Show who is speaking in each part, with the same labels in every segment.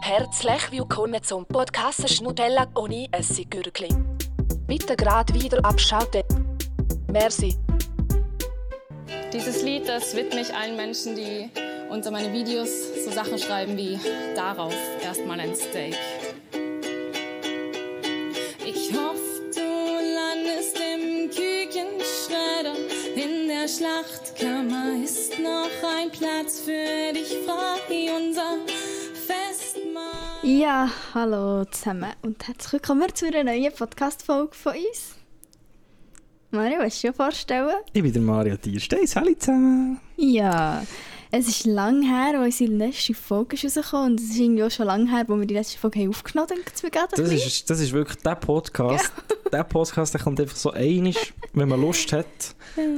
Speaker 1: herzlich willkommen zum Podcast Schnutella ohne Essiggürkli. Bitte gerade wieder abschalten. Merci.
Speaker 2: Dieses Lied, das widme ich allen Menschen, die unter meine Videos so Sachen schreiben wie darauf erstmal ein Steak. Ich hoffe, du landest im Küchenschredder. In der Schlachtkammer ist noch ein Platz für dich frei, unser Festmahl.
Speaker 3: Ja, hallo zusammen und herzlich willkommen zu einer neuen Podcast-Folge von uns. Mario, willst du dir vorstellen?
Speaker 4: Ich bin der Mario Tiersteins. Hallo zusammen.
Speaker 3: Ja. Es ist lang her, als unsere letzte Folge ist rausgekommen und es ist irgendwie auch schon lange her, wo wir die letzte Folge haben aufgenommen haben, denke ich mir gerade ein
Speaker 4: Das
Speaker 3: bisschen.
Speaker 4: ist, das ist wirklich der Podcast. der Podcast der kommt einfach so einig, wenn man Lust hat.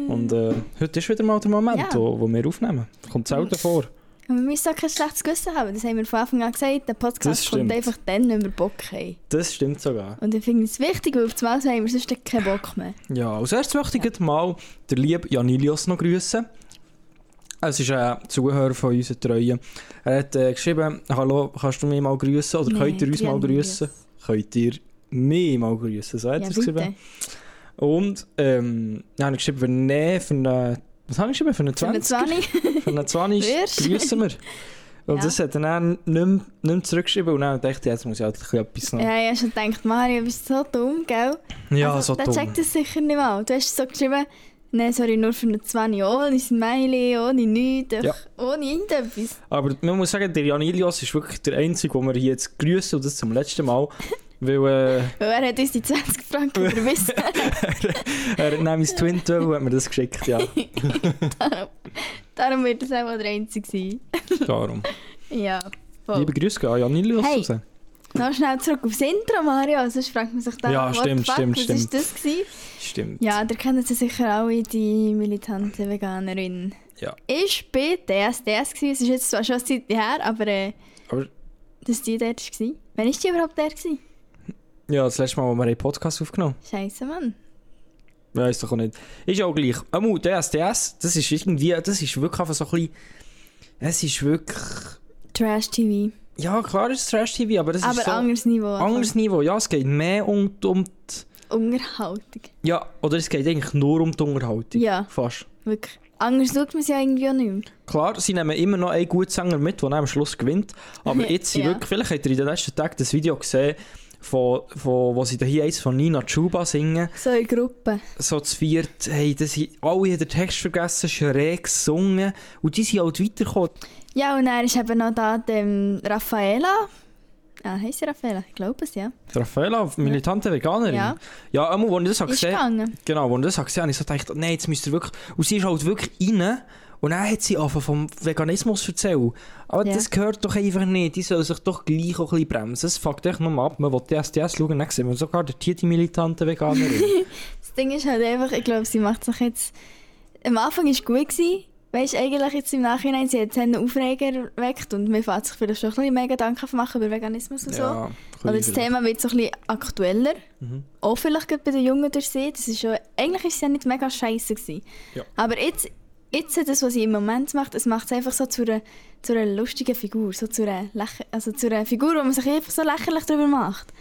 Speaker 4: Und äh, heute ist wieder mal der Moment,
Speaker 3: Ja.
Speaker 4: wo, wo wir aufnehmen. Kommt selten vor.
Speaker 3: Und wir müssen auch kein schlechtes Gewissen haben, das haben wir von Anfang an gesagt, der
Speaker 4: Das
Speaker 3: Podcast
Speaker 4: stimmt.
Speaker 3: kommt einfach dann, wenn wir Bock haben.
Speaker 4: Das stimmt sogar.
Speaker 3: Und ich finde es wichtig, weil auf das Mal haben wir sonst keinen Bock mehr.
Speaker 4: Ja, als erstes möchte ich ja. mal den lieben Janilios noch grüßen. Es ist ein Zuhörer von unseren Treuen. Er hat äh, geschrieben, «Hallo, kannst du mich mal grüßen?» oder
Speaker 3: Nein,
Speaker 4: «Könnt ihr uns mal
Speaker 3: Janilios.
Speaker 4: grüßen?» «Könnt ihr mich mal grüßen?» So hat er
Speaker 3: ja,
Speaker 4: es geschrieben.
Speaker 3: bitte.
Speaker 4: Und ähm, dann habe ich geschrieben, wenn nee, für eine, was habe ich geschrieben? Für eine
Speaker 3: Für eine
Speaker 4: 20? Für eine 20
Speaker 3: Wirst.
Speaker 4: grüßen wir. Und
Speaker 3: Ja.
Speaker 4: das hat er dann nicht mehr, nicht mehr zurückgeschrieben und dann dachte ich, jetzt muss ich halt ein bisschen etwas noch. Ja,
Speaker 3: Ja, ich habe schon gedacht, Mario, bist du so dumm, gell?
Speaker 4: so
Speaker 3: Also, der
Speaker 4: dumm.
Speaker 3: checkt das sicher nicht mal. Du hast so geschrieben, nein, sorry, nur für eine 20, ohne Smiley, ohne nichts,
Speaker 4: Ja.
Speaker 3: ohne irgendetwas.
Speaker 4: Aber man muss sagen, der Janilios ist wirklich der Einzige, den wir hier jetzt grüßen und das zum letzten Mal. Weil
Speaker 3: Weil er hat uns die 20 Franken überwiesen.
Speaker 4: äh, er hat nämlich das Twin Tail und hat mir das geschickt, ja.
Speaker 3: Darum wird es auch mal der Einzige sein.
Speaker 4: Darum.
Speaker 3: Ja, voll.
Speaker 4: Liebe Grüße an Janilios.
Speaker 3: Hey.
Speaker 4: raus.
Speaker 3: Noch schnell zurück aufs Intro, Mario, Also, sonst fragt man sich dann,
Speaker 4: Ja,
Speaker 3: what
Speaker 4: stimmt,
Speaker 3: the fuck,
Speaker 4: stimmt,
Speaker 3: was
Speaker 4: stimmt.
Speaker 3: ist das gewesen?
Speaker 4: Stimmt.
Speaker 3: Ja, da kennen sie sicher alle die militante Veganerin.
Speaker 4: Ja.
Speaker 3: Ich bin DSDS gewesen, es ist jetzt zwar schon eine Zeit her, aber äh,
Speaker 4: Aber
Speaker 3: dass die dort war. Wann war die überhaupt der? gewesen?
Speaker 4: ja, das letzte Mal, wo wir einen Podcast aufgenommen haben.
Speaker 3: Scheiße, Mann.
Speaker 4: Weiß doch auch nicht. Ist auch gleich. Amu, DSDS, das ist irgendwie, das ist wirklich einfach so ein bisschen. Es ist wirklich.
Speaker 3: Trash-TV.
Speaker 4: Ja, klar ist es Trash-TV, aber das
Speaker 3: Aber
Speaker 4: ist so
Speaker 3: anderes Niveau.
Speaker 4: anderes Niveau. Ja, es geht mehr um, die- um die,
Speaker 3: Unterhaltung.
Speaker 4: Ja, oder es geht eigentlich nur um die Unterhaltung.
Speaker 3: Ja.
Speaker 4: Fast.
Speaker 3: Wirklich. Anders schaut man es ja irgendwie auch nicht mehr.
Speaker 4: Klar, sie nehmen immer noch einen guten Sänger mit, der dann am Schluss gewinnt. Aber jetzt sind
Speaker 3: Ja.
Speaker 4: wirklich, vielleicht habt ihr in den letzten Tagen das Video gesehen, von, von, wo sie da hier eins von Nina Chuba singen.
Speaker 3: So in Gruppen.
Speaker 4: so zu viert, hey, das, sind- alle haben den Text vergessen, schräg gesungen und die sind halt weitergekommen.
Speaker 3: Ja, und dann ist eben noch da dem Raffaella. Ah, heisst sie Raffaella? Ich glaube es, ja.
Speaker 4: Raffaella, militante Veganerin.
Speaker 3: Ja.
Speaker 4: Ja, ja einmal, als ich das habe
Speaker 3: Ist
Speaker 4: gesehen
Speaker 3: gegangen.
Speaker 4: genau, als ich das habe gesehen habe, ich so gedacht, oh nein, jetzt müsst ihr wirklich... Und sie ist halt wirklich rein und dann hat sie angefangen vom Veganismus zu erzählen. Aber
Speaker 3: Ja.
Speaker 4: das gehört doch einfach nicht, die soll sich doch gleich auch ein bisschen bremsen. Es fuckt echt nochmal ab, man will die STS schauen, dann sehen wir sogar dort hier die militante Veganerin.
Speaker 3: Das Ding ist halt einfach, ich glaube, sie macht sich jetzt. Am Anfang war es gut. Gewesen. Weißt du, eigentlich jetzt im Nachhinein, sie hat einen Aufreger geweckt und mir fällt sich vielleicht schon ein bisschen mehr Gedanken auf machen über Veganismus und so. Oder das Thema wird so ein bisschen aktueller.
Speaker 4: Mhm.
Speaker 3: Auch vielleicht gerade bei den Jungen durch sie. Das ist ja, eigentlich war es ja nicht mega scheiße. gewesen.
Speaker 4: Ja.
Speaker 3: Aber jetzt, jetzt das, was sie im Moment macht, es macht es einfach so zu einer, zu einer lustigen Figur. So zu einer, Lächer, also zu einer Figur, wo man sich einfach so lächerlich darüber macht.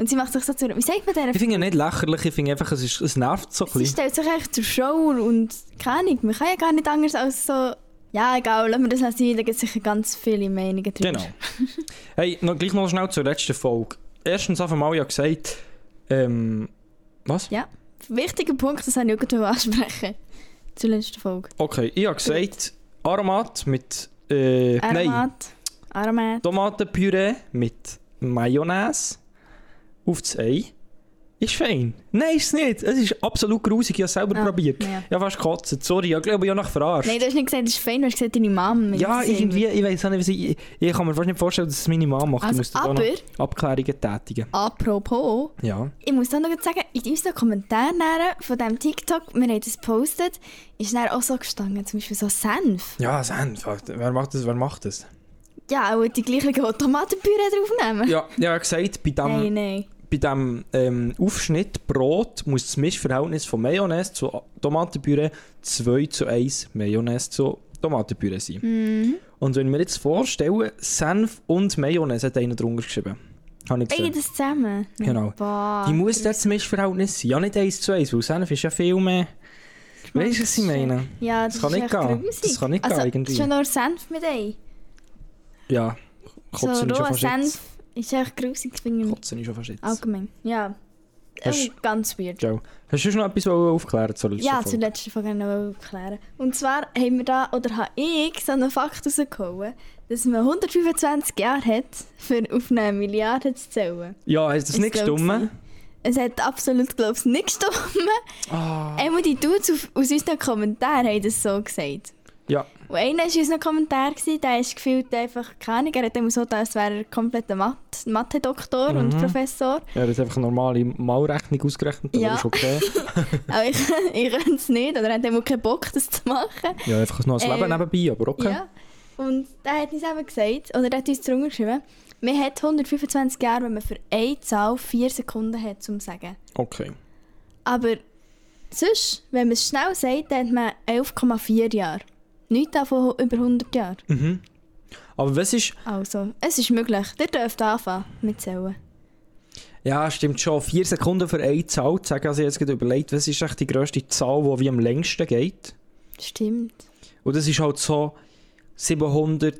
Speaker 3: Und sie macht sich so zu einer, Wie sagt man der?
Speaker 4: Ich finde ja nicht lächerlich, ich finde einfach, es, ist, es nervt so ein
Speaker 3: Sie
Speaker 4: bisschen.
Speaker 3: stellt sich echt zur Show und keine Ahnung, man kann ja gar nicht anders als so... Ja, egal, lassen wir das nicht sein, da gibt es sicher ganz viele Meinungen drüber.
Speaker 4: Genau. hey, noch, gleich noch schnell zur letzten Folge. Erstens habe ich mal ja gesagt, ähm, was?
Speaker 3: Ja, wichtiger Punkt, das wollte ich auch gerade ansprechen. Zur letzten Folge.
Speaker 4: Okay, ich habe gesagt, Aromat mit, äh, nein,
Speaker 3: Aromat. Aromat.
Speaker 4: Tomatenpüree mit Mayonnaise auf das Ei. Ist fein. Nein, ist es nicht. Es ist absolut grusig. Ich habe es selber
Speaker 3: Ah,
Speaker 4: probiert.
Speaker 3: ja.
Speaker 4: Ich habe fast gekotzt. Sorry, ich glaube, ich habe noch verarscht.
Speaker 3: Nein, du hast nicht gesagt, das ist fein, du hast gesagt, deine Mama.
Speaker 4: ja, irgendwie, ich weiß auch nicht, was ich, ich, ich kann mir fast nicht vorstellen, dass es meine Mama macht. ich
Speaker 3: Also,
Speaker 4: muss da noch
Speaker 3: aber,
Speaker 4: Abklärungen tätigen.
Speaker 3: apropos,
Speaker 4: Ja.
Speaker 3: ich muss dann noch gerade sagen, in unseren Kommentaren nachher von diesem eh, TikTok, wir haben das gepostet, ist dann auch so gestanden, zum Beispiel so Senf.
Speaker 4: Ja, Senf. Wer macht das? Wer macht das?
Speaker 3: Ja, auch die gleichen, die Tomatenpüree draufnehmen.
Speaker 4: Ja, ich habe gesagt, bei dem,
Speaker 3: Nein, nein.
Speaker 4: bei dem ähm, Aufschnitt Brot muss das Mischverhältnis von Mayonnaise zu A- Tomatenpüree 2 zu 1 Mayonnaise zu Tomatenpüree sein. Und wenn wir jetzt vorstellen, Senf und Mayonnaise hat einer drunter geschrieben. Habe ich gesehen.
Speaker 3: Beides zusammen.
Speaker 4: Genau.
Speaker 3: Boah,
Speaker 4: nou, Die muss dort das Mischverhältnis sein. Ja, nicht eins zu eins, weil Senf ist ja viel mehr... Weißt du, was ich meine?
Speaker 3: Ja, das,
Speaker 4: Das kann
Speaker 3: ist
Speaker 4: nicht
Speaker 3: echt
Speaker 4: gehen.
Speaker 3: grusig.
Speaker 4: Das kann nicht
Speaker 3: also,
Speaker 4: gehen, irgendwie.
Speaker 3: Schon nur Senf mit Ei.
Speaker 4: Ja.
Speaker 3: So
Speaker 4: Kotzen ist schon
Speaker 3: roher
Speaker 4: fast jetzt.
Speaker 3: Senf Ah, ist echt grusig, finde ich.
Speaker 4: Kotzen ist schon fast jetzt.
Speaker 3: Allgemein. Ja.
Speaker 4: Hast-
Speaker 3: Oh, ganz weird.
Speaker 4: Ciao. Hast du schon noch etwas wollen aufklären zu letzter
Speaker 3: Ja,
Speaker 4: Folge?
Speaker 3: zur letzten Frage noch erklären. Und zwar haben wir da, oder habe ich, so einen Fakt rausgehauen, dass man 125 Jahre hat, für auf eine Milliarde zu zählen.
Speaker 4: Ja, ist das
Speaker 3: Ist
Speaker 4: nicht
Speaker 3: glaub
Speaker 4: gestummen?
Speaker 3: Es hat absolut, glaube ich, nicht gestimmt.
Speaker 4: Ah.
Speaker 3: Einmal die Dudes auf, aus unseren Kommentaren haben das so gesagt.
Speaker 4: Ja.
Speaker 3: Und einer war in unserem Kommentar, gewesen, der ist gefühlt einfach, keine Ahnung, er hat immer so getan, als wäre er komplett ein Mathe- Mathe-Doktor und Professor.
Speaker 4: Ja, das ist einfach eine normale Malrechnung ausgerechnet, aber
Speaker 3: Ja.
Speaker 4: ist okay.
Speaker 3: Aber ich, ich könnte es nicht, oder er hat immer keinen Bock, das zu machen.
Speaker 4: Ja, einfach noch ein
Speaker 3: Äh,
Speaker 4: Leben nebenbei, aber okay.
Speaker 3: Ja. Und der hat uns eben gesagt, oder der hat uns darunter geschrieben, man hat 125 Jahre, wenn man für eine Zahl 4 Sekunden hat, um zu sagen.
Speaker 4: Okay.
Speaker 3: Aber sonst, wenn man es schnell sagt, dann hat man 11,4 Jahre. Nicht davon über 100 Jahre.
Speaker 4: Aber was ist...
Speaker 3: Also, es ist möglich. Ihr dürft anfangen mit Zählen.
Speaker 4: Ja, stimmt schon. Vier Sekunden für eine Zahl zu sagen. Also ich habe jetzt gerade überlegt, was ist echt die grösste Zahl, die wie am längsten geht?
Speaker 3: Stimmt.
Speaker 4: Und das ist halt so 700...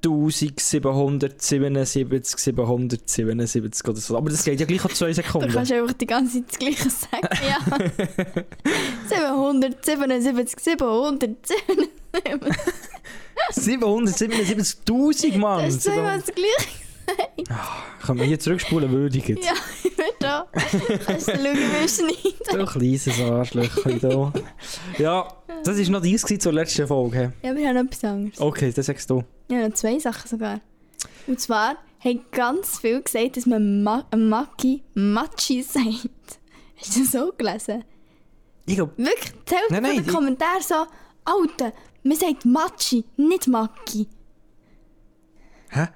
Speaker 4: 1777, 777 oder so. Aber das geht ja gleich an zwei
Speaker 3: Du
Speaker 4: Sekunden.
Speaker 3: kannst einfach die ganze Zeit das Gleiche sagen. Ja. 777, 777.
Speaker 4: 777.000, Mann!
Speaker 3: Das ist so immer das Gleiche.
Speaker 4: Können wir hier zurückspulen, würdigen?
Speaker 3: Ja, ich bin da. Kannst du schauen, wie es schneit.
Speaker 4: Du kleines Arschlöchchen da. Ja, das war noch deins gewesen zur letzten Folge.
Speaker 3: Ja, wir haben noch etwas anderes.
Speaker 4: Okay, das sagst du.
Speaker 3: Ja, noch zwei Sachen sogar. Und zwar haben ganz viele gesagt, dass man Ma Maki Machi sagt. Hast du das so gelesen?
Speaker 4: Ich glaube,
Speaker 3: Wirklich, die Hälfte
Speaker 4: Nein, nein,
Speaker 3: von den
Speaker 4: ich-
Speaker 3: Kommentaren so, Alter, man sagt Machi, nicht Maki.
Speaker 4: Hä?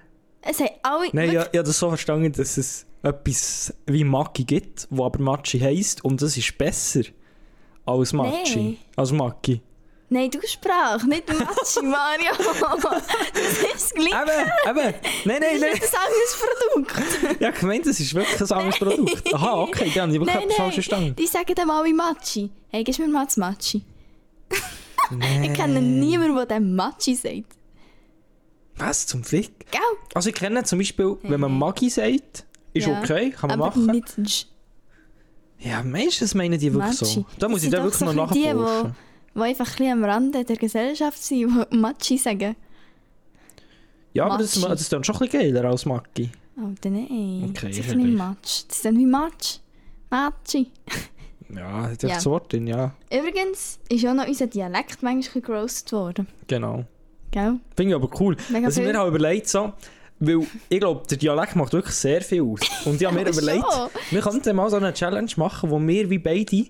Speaker 3: Es haben alle...
Speaker 4: nein,
Speaker 3: wirklich-
Speaker 4: ja, ich habe das so verstanden, dass es etwas wie Maki gibt, wo aber Machi heisst und das ist besser als Machi.
Speaker 3: Nein.
Speaker 4: Als Maki.
Speaker 3: Nein, du sprach, nicht Machi, Mario. das ist das Gleiche.
Speaker 4: Eben, eben. Nein, nein,
Speaker 3: Das
Speaker 4: nein.
Speaker 3: ist ein anderes Produkt.
Speaker 4: Ja, ich meine, das ist wirklich ein anderes Produkt. Aha, okay, dann habe ich wirklich
Speaker 3: Nein,
Speaker 4: etwas falsch
Speaker 3: nein,
Speaker 4: verstanden.
Speaker 3: die sagen dann alle Machi. Hey, gibst du mir mal das Machi? ich kenne niemanden, der den Machi sagt.
Speaker 4: Was zum Fick?
Speaker 3: Gell?
Speaker 4: Also ich kenne zum Beispiel, wenn man Magi sagt, ist
Speaker 3: Ja.
Speaker 4: okay, kann man
Speaker 3: Aber
Speaker 4: machen.
Speaker 3: nicht J.
Speaker 4: Ja, meistens meinen die wirklich so.
Speaker 3: Matschi.
Speaker 4: Da
Speaker 3: Das
Speaker 4: muss ich
Speaker 3: sind
Speaker 4: da
Speaker 3: doch
Speaker 4: wirklich noch
Speaker 3: so ein bisschen
Speaker 4: nachforschen.
Speaker 3: Die, die, die einfach ein bisschen am Rande der Gesellschaft sind, die Machi sagen.
Speaker 4: Ja, aber das,
Speaker 3: Matschi.
Speaker 4: das ist dann schon ein bisschen geiler als Maggi.
Speaker 3: Oh, dann nein.
Speaker 4: Okay,
Speaker 3: das
Speaker 4: ist
Speaker 3: ist
Speaker 4: ja
Speaker 3: doch nicht
Speaker 4: gleich.
Speaker 3: Matsch. Das ist dann wie Matsch. Machi.
Speaker 4: Ja, das ist
Speaker 3: Ja.
Speaker 4: das Wort drin, ja.
Speaker 3: Übrigens ist auch noch unser Dialekt manchmal gerostet worden.
Speaker 4: Genau.
Speaker 3: Gell?
Speaker 4: Finde ich aber cool.
Speaker 3: Mega
Speaker 4: Also ich
Speaker 3: viel.
Speaker 4: mir habe überlegt, so, weil ich glaube, der Dialekt macht wirklich sehr viel aus. Und ich habe mir
Speaker 3: Aber
Speaker 4: überlegt,
Speaker 3: schon.
Speaker 4: wir könnten mal so eine Challenge machen, wo wir wie beide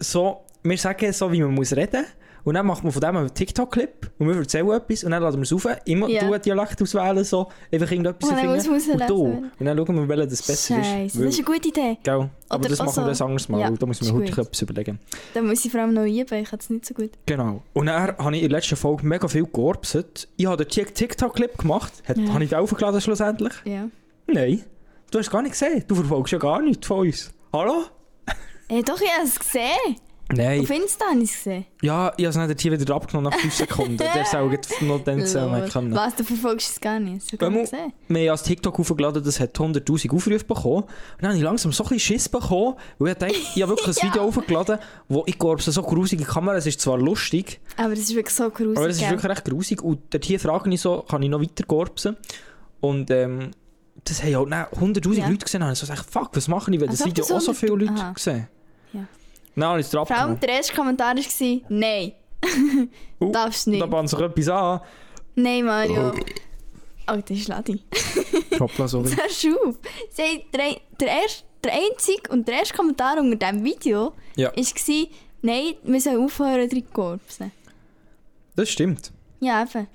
Speaker 4: so, wir sagen so, wie man muss reden und dann macht man von dem einen TikTok-Clip und wir erzählen etwas und dann laden wir es rauf. Immer
Speaker 3: Ja.
Speaker 4: du einen Dialekt auswählen, so, einfach irgendetwas
Speaker 3: Und dann
Speaker 4: erfinden.
Speaker 3: muss man es
Speaker 4: und du.
Speaker 3: rauslesen.
Speaker 4: Und dann schauen wir, welcher das besser ist.
Speaker 3: Scheiße,
Speaker 4: Weil-
Speaker 3: das ist eine gute Idee.
Speaker 4: Gell? Aber
Speaker 3: Oder
Speaker 4: das
Speaker 3: auch
Speaker 4: machen wir
Speaker 3: so.
Speaker 4: das anderes Mal.
Speaker 3: Ja,
Speaker 4: da müssen wir
Speaker 3: ist
Speaker 4: heute
Speaker 3: gut.
Speaker 4: etwas überlegen.
Speaker 3: Da muss ich vor allem noch üben, ich kann es nicht so gut.
Speaker 4: Genau. Und dann habe ich in der letzten Folge mega viel georbset. Ich habe den TikTok-Clip gemacht. Hat,
Speaker 3: Ja.
Speaker 4: Habe ich den aufgeladen schlussendlich?
Speaker 3: Ja.
Speaker 4: Nein. Du hast gar nicht gesehen. Du verfolgst ja gar nichts von uns. Hallo?
Speaker 3: Äh, doch, ich habe es gesehen.
Speaker 4: Nein.
Speaker 3: Auf Insta habe ich es gesehen.
Speaker 4: Ja, ich habe es nicht hier wieder abgenommen nach 5 Sekunden. Der soll jetzt noch den zusammen
Speaker 3: Lol.
Speaker 4: können.
Speaker 3: Was, du verfolgst es gar nicht. So kann
Speaker 4: Wenn
Speaker 3: man
Speaker 4: wir,
Speaker 3: sehen.
Speaker 4: wir haben ja das TikTok hochgeladen, das hat 100'000 Aufrufe bekommen. Und dann habe ich langsam so ein bisschen Schiss bekommen, weil ich dachte, ich habe wirklich ein Video hochgeladen, wo ich glaube, so grusige Kamera, es ist zwar lustig,
Speaker 3: Aber das ist wirklich so gruselig.
Speaker 4: Aber es ist
Speaker 3: gell?
Speaker 4: wirklich recht grusig. Und dort hier frage ich so, kann ich noch weiter gorbsen? Und ähm, das haben halt dann 100'000
Speaker 3: Ja.
Speaker 4: Leute gesehen. Dann habe ich so gedacht, fuck, was mache ich, wenn das
Speaker 3: Also
Speaker 4: Video
Speaker 3: das
Speaker 4: auch so
Speaker 3: 100
Speaker 4: viele Leute
Speaker 3: Aha.
Speaker 4: gesehen
Speaker 3: Ja.
Speaker 4: Dann habe ich es drauf
Speaker 3: Vor allem
Speaker 4: genommen.
Speaker 3: der erste Kommentar war, nein,
Speaker 4: Uh,
Speaker 3: darfst
Speaker 4: Da
Speaker 3: nicht.
Speaker 4: bahnt sich etwas an.
Speaker 3: Nein, Mario. Oh, das ist Ladi.
Speaker 4: Hoppla, sorry.
Speaker 3: Hör auf. Sie haben Der, der, erste, der einzige und der erste Kommentar unter diesem Video
Speaker 4: Ja.
Speaker 3: war, nein, wir sollen aufhören, drin zu korbsen.
Speaker 4: Das stimmt.
Speaker 3: Ja, eben.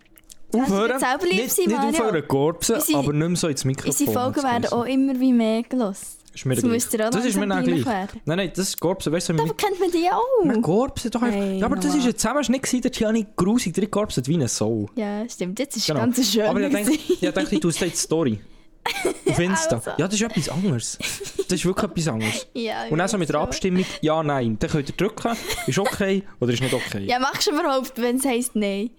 Speaker 3: Kannst du
Speaker 4: Aufhören.
Speaker 3: jetzt selber lieb
Speaker 4: Nicht,
Speaker 3: sein,
Speaker 4: nicht
Speaker 3: Mario?
Speaker 4: aufhören gorbsen,
Speaker 3: Unsere-
Speaker 4: aber nicht mehr so ins Mikrofon.
Speaker 3: Unsere Folgen
Speaker 4: hat's
Speaker 3: werden
Speaker 4: geheißen.
Speaker 3: auch immer wie mehr gelost.
Speaker 4: Ist mir
Speaker 3: Das
Speaker 4: gleich.
Speaker 3: müsst ihr auch
Speaker 4: Das ist mir
Speaker 3: langsam
Speaker 4: dann
Speaker 3: peinlich
Speaker 4: gleich.
Speaker 3: werden.
Speaker 4: Nein, nein, das ist Korpsen. Weißt du,
Speaker 3: Da kennt man die
Speaker 4: wir
Speaker 3: auch.
Speaker 4: Korpsen doch einfach.
Speaker 3: Nein,
Speaker 4: ja, aber das
Speaker 3: Noah.
Speaker 4: ist jetzt Zusammenschnitt gewesen, der Gianni grusig drin gekorpsen wie eine Sau.
Speaker 3: Ja, stimmt. Jetzt ist es
Speaker 4: Genau.
Speaker 3: ganz schön.
Speaker 4: Aber ich denke,
Speaker 3: gewesen.
Speaker 4: ich denke, ich tue es dir in die Story. Auf
Speaker 3: Ah,
Speaker 4: Insta. Ja, das ist etwas anderes. Das ist wirklich etwas anderes.
Speaker 3: ja, ich
Speaker 4: Und dann so
Speaker 3: weiß
Speaker 4: mit der
Speaker 3: schon.
Speaker 4: Abstimmung, ja, nein. Dann könnt ihr drücken, ist okay oder ist nicht okay.
Speaker 3: Ja, machst du überhaupt, wenn es heisst Nein?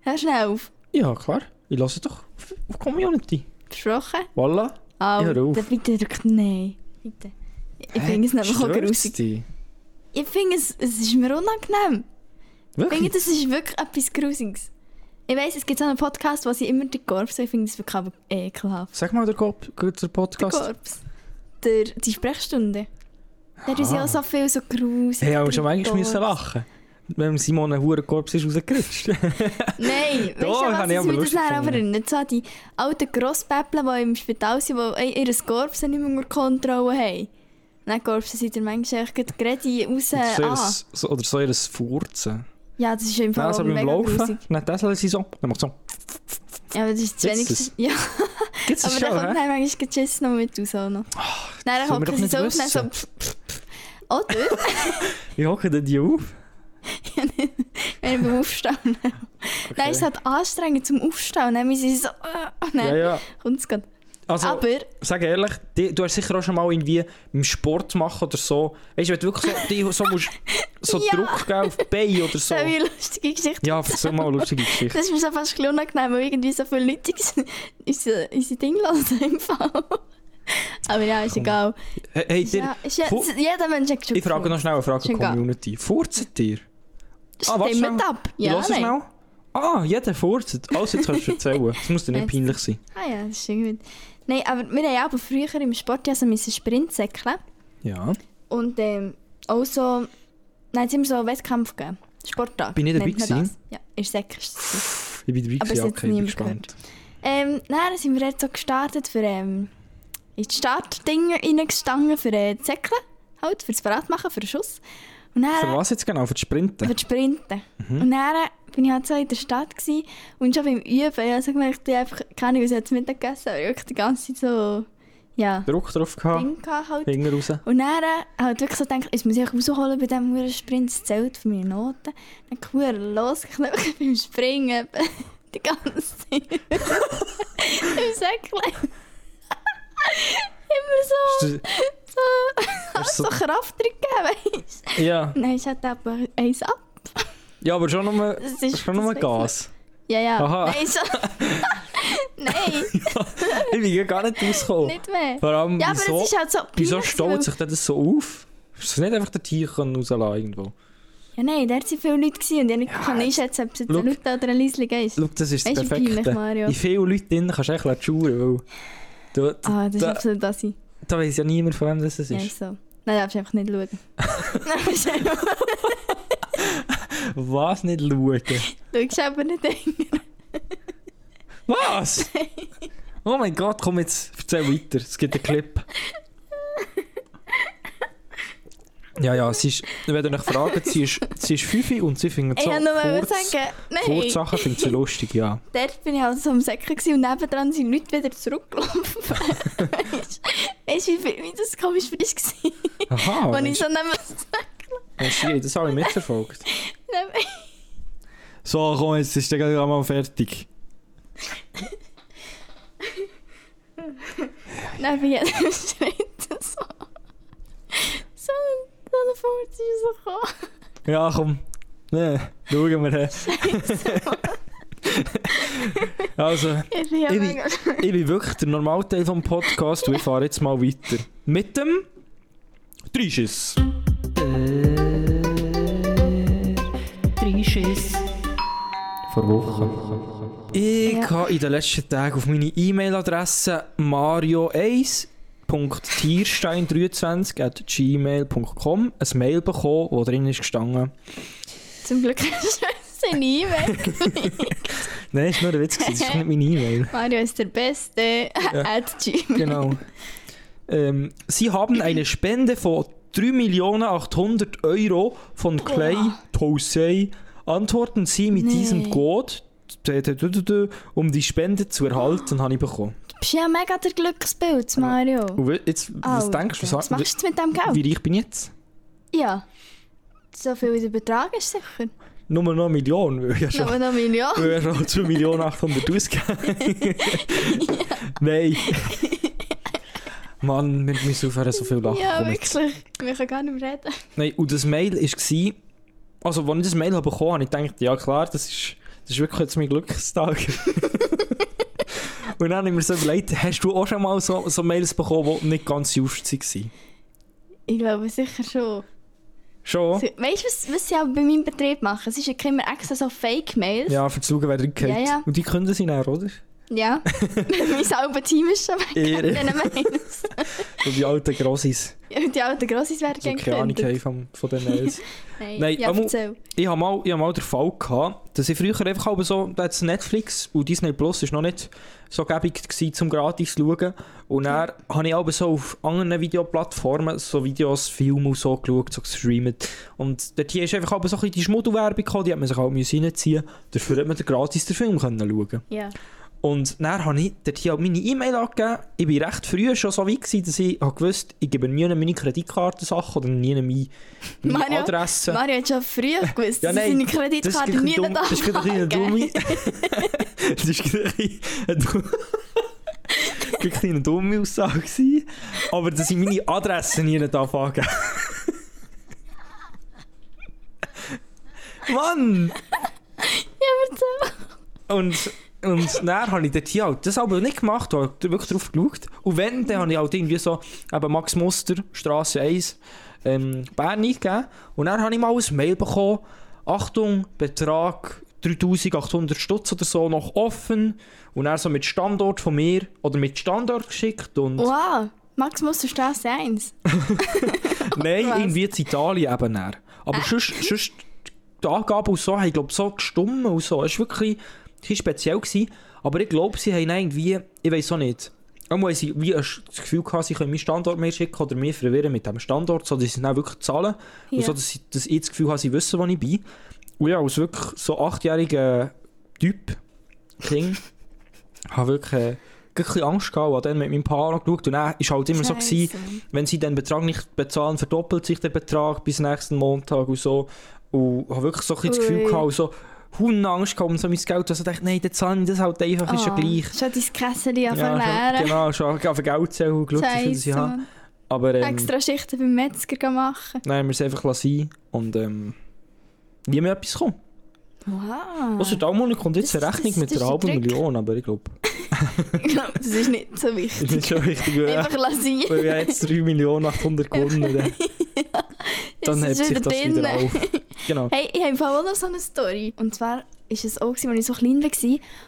Speaker 3: Hör schnell auf.
Speaker 4: Ja, klar. Ich lasse doch auf, auf Community.
Speaker 3: Versprochen?
Speaker 4: Voilà.
Speaker 3: Oh,
Speaker 4: hör auf.
Speaker 3: Dann bitte drück Nein. Bitte. Ich ich finde es nämlich auch
Speaker 4: Stört's
Speaker 3: grusig.
Speaker 4: dich?
Speaker 3: Ich finde es, es ist mir unangenehm. Ich finde,
Speaker 4: Wirklich?
Speaker 3: das ist wirklich etwas Grusiges. Ich weiss, es gibt so einen Podcast, wo sie immer den Korps haben. Ich finde das wirklich aber ekelhaft.
Speaker 4: Sag mal, der, Korb, der
Speaker 3: Der
Speaker 4: Podcast.
Speaker 3: Korps. Der, die Sprechstunde. Der ist ja auch so viel so grusig.
Speaker 4: Ah. Hey, haben wir schon
Speaker 3: der
Speaker 4: manchmal müssen
Speaker 3: Korps.
Speaker 4: lachen. Wenn Simon einen hohen Korps ist rausgerutscht.
Speaker 3: Nein,
Speaker 4: Doch,
Speaker 3: weißt du,
Speaker 4: hab
Speaker 3: was
Speaker 4: ich
Speaker 3: ich mich das
Speaker 4: aber lustig
Speaker 3: nachher aber
Speaker 4: gefunden.
Speaker 3: erinnert? So an die alten Grosspäppeln, die im Spital sind, die ey, ihren Korps nicht mehr unter Kontrolle haben. Nein, Korpsen sind ja manchmal echt gerade gerade raus.
Speaker 4: so ihr-
Speaker 3: Ah,
Speaker 4: so, oder so ihr Furzen.
Speaker 3: ja, das ist im Fall
Speaker 4: Nein, so
Speaker 3: auch
Speaker 4: beim
Speaker 3: mega grusig.
Speaker 4: Laufen. Nein, das lässt sie so. Dann macht so.
Speaker 3: Ja, aber das ist das
Speaker 4: Jetzt
Speaker 3: wenigste.
Speaker 4: ist-
Speaker 3: Ja,
Speaker 4: Gibt's das
Speaker 3: aber
Speaker 4: schon,
Speaker 3: dann kommt
Speaker 4: hä?
Speaker 3: dann manchmal Jess noch mit raus. Auch noch. dann
Speaker 4: sollen wir
Speaker 3: hocken
Speaker 4: doch
Speaker 3: sie
Speaker 4: nicht
Speaker 3: so auf und dann so...
Speaker 4: wissen.
Speaker 3: pff, pff, pff. Oder,
Speaker 4: Wie hocken denn die auf?
Speaker 3: wenn ich beim Aufstehen... Dann ist es halt anstrengend zum Aufstehen. Dann müssen sie so... äh, Und dann
Speaker 4: Ja, ja.
Speaker 3: kommt es gerade.
Speaker 4: Also,
Speaker 3: aber...
Speaker 4: sag ehrlich, die, du hast sicher auch schon mal irgendwie im Sport machen oder so. Weißt du, wenn du wirklich so, die, so, musst, so
Speaker 3: Ja.
Speaker 4: Druck geben auf die Beine oder so.
Speaker 3: Das ist eine lustige Geschichte.
Speaker 4: Ja, erzähl mal eine lustige Geschichte.
Speaker 3: Das ist mir schon fast ein bisschen unangenehm, weil irgendwie so viele Leute unsere- unsere, unsere Dinge hören im Fall. Aber ja, ist egal.
Speaker 4: Hey, hey dir,
Speaker 3: Ja, ist ja,
Speaker 4: Fu-
Speaker 3: jeder Mensch hat schon
Speaker 4: ich frage noch schnell eine Frage an die
Speaker 3: Schon
Speaker 4: Community. Furzen dir? Ah, warte
Speaker 3: Stimmt
Speaker 4: schnell.
Speaker 3: ab.
Speaker 4: Ja,
Speaker 3: Ja,
Speaker 4: Lass es
Speaker 3: nein.
Speaker 4: schnell. Ah, jeder furzt. Also, jetzt kannst du erzählen. Es muss dir nicht
Speaker 3: Jetzt.
Speaker 4: peinlich sein.
Speaker 3: Ah ja, das ist irgendwie... Nein, aber wir haben ja aber früher im Sport ja so müssen Sprint säckeln.
Speaker 4: Ja.
Speaker 3: Und ähm, auch so... Nein, es immer so Wettkampf gegeben. Sporttag.
Speaker 4: Bin ich dabei
Speaker 3: nennt man
Speaker 4: gewesen?
Speaker 3: das. Ja, ist säckelst.
Speaker 4: Ich bin dabei
Speaker 3: Aber es
Speaker 4: gewesen,
Speaker 3: hat
Speaker 4: okay, bin
Speaker 3: niemand
Speaker 4: gespannt.
Speaker 3: Ähm, dann sind wir dort so gestartet für ähm, in die Startdinge reingestanden für äh, die Säckle, halt, für das Beratmachen, für den Schuss. Und dann,
Speaker 4: Für was Mhm. jetzt genau? Für das Sprinten?
Speaker 3: Für das Sprinten. Und dann bin ich halt so in der Stadt gewesen, und schon beim Üben, ja, so gemerkt, ich einfach keine Ahnung, was ich jetzt Mittag gegessen habe, aber wirklich die ganze Zeit so, ja,
Speaker 4: Druck drauf gehabt,
Speaker 3: Ding gehabt halt.
Speaker 4: Finger raus.
Speaker 3: Und dann halt wirklich so gedacht, jetzt muss ich rausholen bei diesem huren Sprint, das zählt für meine Noten. Dann kuhr losgeknöpft beim Springen. eben. Die ganze Zeit. Im Säckchen. Immer so,
Speaker 4: Hast du-
Speaker 3: so,
Speaker 4: hast du
Speaker 3: so
Speaker 4: so-
Speaker 3: Kraft drin gegeben, weißt du.
Speaker 4: Ja.
Speaker 3: Dann ist halt eben eins ab.
Speaker 4: ja, aber schon nur,
Speaker 3: Das ist-
Speaker 4: schon nur
Speaker 3: das
Speaker 4: Gas.
Speaker 3: Ja, ja.
Speaker 4: Aha.
Speaker 3: Nein, so, Nein,
Speaker 4: Ich bin gar nicht rausgekommen.
Speaker 3: nicht mehr.
Speaker 4: Vor allem,
Speaker 3: Ja, aber
Speaker 4: wieso,
Speaker 3: es ist halt so
Speaker 4: wieso
Speaker 3: peinlich,
Speaker 4: staut sich das so auf? Ist das nicht einfach der Tier können rauslassen irgendwo?
Speaker 3: weil- Ja, nein, da waren viele Leute gewesen und ich nicht kann nicht einschätzen, ob es jetzt ein
Speaker 4: Schau.
Speaker 3: lauter oder ein leislicher ist.
Speaker 4: Schau, das ist das
Speaker 3: Weisst du, wie
Speaker 4: Perfekte.
Speaker 3: peinlich, Mario?
Speaker 4: In vielen Leuten drin kannst du echt lassen schauen, weil... Du, da,
Speaker 3: Ah, das ist
Speaker 4: da,
Speaker 3: absolut das. hier.
Speaker 4: da weiss ja niemand, von wem das es
Speaker 3: Ja,
Speaker 4: ist.
Speaker 3: ist so. Nein, darfst einfach nicht schauen. Nein, ist einfach-
Speaker 4: Was nicht schauen?
Speaker 3: schaust aber nicht hin.
Speaker 4: Was? oh mein Gott, komm jetzt, erzähl weiter. Es gibt einen Clip. Ja, ja, es ist, wenn ihr euch fragt, sie ist, sie ist 5 und sie findet
Speaker 3: Ich
Speaker 4: so
Speaker 3: wollte nur mal
Speaker 4: Furz-
Speaker 3: sagen, nein,
Speaker 4: Furzsachen findet sie lustig, ja.
Speaker 3: dort bin ich halt so am Säcken gewesen und nebendran sind Leute wieder zurückgelaufen. Weißt du, Weißt du, wie, viel- wie das komisch für dich war?
Speaker 4: Aha,
Speaker 3: Wenn ich
Speaker 4: Mensch,
Speaker 3: so neben
Speaker 4: Mensch, je, das habe ich mitverfolgt.
Speaker 3: neben-
Speaker 4: So, komm, jetzt ist der gerade mal fertig.
Speaker 3: neben jedem Schritt so. So, dann vor zu so gekommen.
Speaker 4: Ja, komm. Nee, schauen wir. her. also,
Speaker 3: Ich bin ja
Speaker 4: Ich bin-
Speaker 3: mega...
Speaker 4: ich bin wirklich der Normalteil vom Podcast und ich fahre jetzt mal weiter. Mit dem Dreischiss.
Speaker 5: Vor Wochen.
Speaker 4: Ich
Speaker 3: Ja.
Speaker 4: habe in den letzten Tagen auf meine E-Mail-Adresse mario1.tierstein23.gmail.com ein Mail bekommen, wo drin ist gestanden.
Speaker 3: Zum Glück ist er nie weg.
Speaker 4: Nein, das war nur ein Witz, gewesen, das ist nicht meine E-Mail.
Speaker 3: Mario ist der Beste. At Gmail.
Speaker 4: Genau. ähm, Sie haben eine Spende von 3.800.000 Euro von Clay Tosei. Antworten Sie mit
Speaker 3: Nee.
Speaker 4: diesem Code um die Spende zu erhalten, habe ich bekommen.
Speaker 3: Du bist ja mega der Glückspilz, Mario.
Speaker 4: Und we- jetzt, was
Speaker 3: Alter,
Speaker 4: denkst du,
Speaker 3: was
Speaker 4: was,
Speaker 3: machst du jetzt mit dem Geld?
Speaker 4: wie reich bin ich jetzt?
Speaker 3: Ja. So viel wie der Betrag ist sicher.
Speaker 4: Nur noch eine Million, weil ich ja schon,
Speaker 3: Noch eine Million.
Speaker 4: weil ich ja schon 2 Millionen 800 ausgegeben Nein. Mann, wir müssen aufhören, so viel lachen.
Speaker 3: Ja,
Speaker 4: Komm jetzt.
Speaker 3: wirklich. Wir können gar nicht mehr reden.
Speaker 4: Nein, und das Mail war, also als ich das Mail habe bekommen habe, ich gedacht, ja klar, das ist, das ist wirklich jetzt mein Glückstag. und dann habe ich mir so überlegt, hast du auch schon mal so, so Mails bekommen, die nicht ganz just waren?
Speaker 3: Ich glaube sicher schon.
Speaker 4: Schon?
Speaker 3: So, Weißt du, was, was sie auch bei meinem Betrieb machen? Es ist ja immer extra so Fake-Mails.
Speaker 4: Ja, für zu schauen, wer drin geht.
Speaker 3: Ja, ja.
Speaker 4: Und die können sie dann, oder?
Speaker 3: Ja. mein halbes Team ist schon weg.
Speaker 4: Ehre.
Speaker 3: Dann meins.
Speaker 4: So die alten Grossis,
Speaker 3: Und die alten Grossis werden
Speaker 4: die keine Ahnung
Speaker 3: gekündigt.
Speaker 4: haben von, von den Mails.
Speaker 3: Nein,
Speaker 4: Nein,
Speaker 3: ja,
Speaker 4: Amu-
Speaker 3: erzähl.
Speaker 4: ich habe mal, ich hab mal den Fall gehabt, dass ich früher einfach halb so, da hat's Netflix und Disney Plus ist noch nicht so gäbig gewesen, zum gratis zu schauen. Und dann habe ich aber so auf anderen Videoplattformen so Videos, Filme und so geschaut, so gestreamt. Und dort hier ist einfach halb so ein bisschen die Schmuddelwerbung gekommen, die hat man sich halt müssen reinziehen Dafür hat man den gratis den Film können schauen
Speaker 3: Ja.
Speaker 4: und dann habe ich dort hier halt meine E-Mail angegeben. Ich war recht früh schon so weit, gewesen, dass ich habe gewusst ich gebe nie meine Kreditkartensachen oder nie meine, meine
Speaker 3: Mario,
Speaker 4: Adresse.
Speaker 3: Mario hat schon früher gewusst, dass
Speaker 4: Ja,
Speaker 3: er seine
Speaker 4: nein, Das ist
Speaker 3: Kreditkarte
Speaker 4: gerade
Speaker 3: nie
Speaker 4: dumm. Das ist gerade ein
Speaker 3: angeben.
Speaker 4: Dummi. Das ist gerade ein bisschen eine dumme- Das war eine dumme Aussage. gewesen. Aber dass ich meine Adresse nie darf angeben Mann! Und, und dann habe ich dort hier halt das aber nicht gemacht, habe wirklich drauf geschaut. Und wenn, dann habe ich halt irgendwie so eben Max Muster, Straße 1, ähm, Bern eingegeben. Und dann habe ich mal ein Mail bekommen, Achtung, Betrag 3800 Stutz oder so noch offen. Und dann so mit Standort von mir oder mit Standort geschickt. Und
Speaker 3: Wow, Max muss zur Straße 1.
Speaker 4: nein,
Speaker 3: was? Äh.
Speaker 4: irgendwie in Italien eben dann. Aber sonst, sonst die Angaben und so, haben, ich glaube, so gestummen und so. Es war wirklich es war speziell. Gewesen. Aber ich glaube, sie haben irgendwie, ich weiß auch nicht, irgendwo haben sie wie ein Sch- das Gefühl gehabt, sie können meinen Standort mehr schicken oder mich verwirren mit dem Standort, so dass sie dann wirklich zahlen. Und
Speaker 3: Ja.
Speaker 4: so, dass ich, dass ich das Gefühl habe, sie wissen, wo ich bin. Und ja, als wirklich so achtjähriger Typ, King, habe wirklich äh, gleich ein bisschen Angst gehabt und habe dann mit meinem Paar angeschaut. Und dann war halt immer so, gewesen, wenn sie den Betrag nicht bezahlen, verdoppelt sich der Betrag bis nächsten Montag und so. Und habe wirklich so ein bisschen das Gefühl
Speaker 3: Ui.
Speaker 4: gehabt, und so Hundenangst gehabt um so mein Geld. Also dachte ich, nein, dann zahle ich das halt einfach, ist ja gleich.
Speaker 3: Ah, Schon dein Kessel ja,
Speaker 4: schon,
Speaker 3: verlieren.
Speaker 4: genau, schon auf Geld zählen und geschaut, wie viel
Speaker 3: Scheisse,
Speaker 4: sie haben.
Speaker 3: Mann.
Speaker 4: Aber ähm,
Speaker 3: Extra Schichten beim Metzger gehen machen.
Speaker 4: dann haben wir es einfach lassen und ähm, nie mehr etwas kommt.
Speaker 3: Wow.
Speaker 4: Außer da Almonik kommt jetzt eine
Speaker 3: Ah. Das- das-
Speaker 4: Rechnung mit
Speaker 3: das
Speaker 4: einer
Speaker 3: ist der
Speaker 4: halben
Speaker 3: Trick.
Speaker 4: Million, aber ich glaube,
Speaker 3: Ich glaube, das ist nicht so wichtig.
Speaker 4: das ist schon richtig. weil-
Speaker 3: Einfach lassen.
Speaker 4: Weil wir haben jetzt 3 Millionen 800 gewonnen haben. Dann
Speaker 3: Es
Speaker 4: hebt
Speaker 3: ist
Speaker 4: sich
Speaker 3: wieder
Speaker 4: das
Speaker 3: drin.
Speaker 4: wieder auf. Genau.
Speaker 3: Hey, ich habe im Fall auch noch so eine Story. Und zwar war es auch, gewesen, als ich so klein war.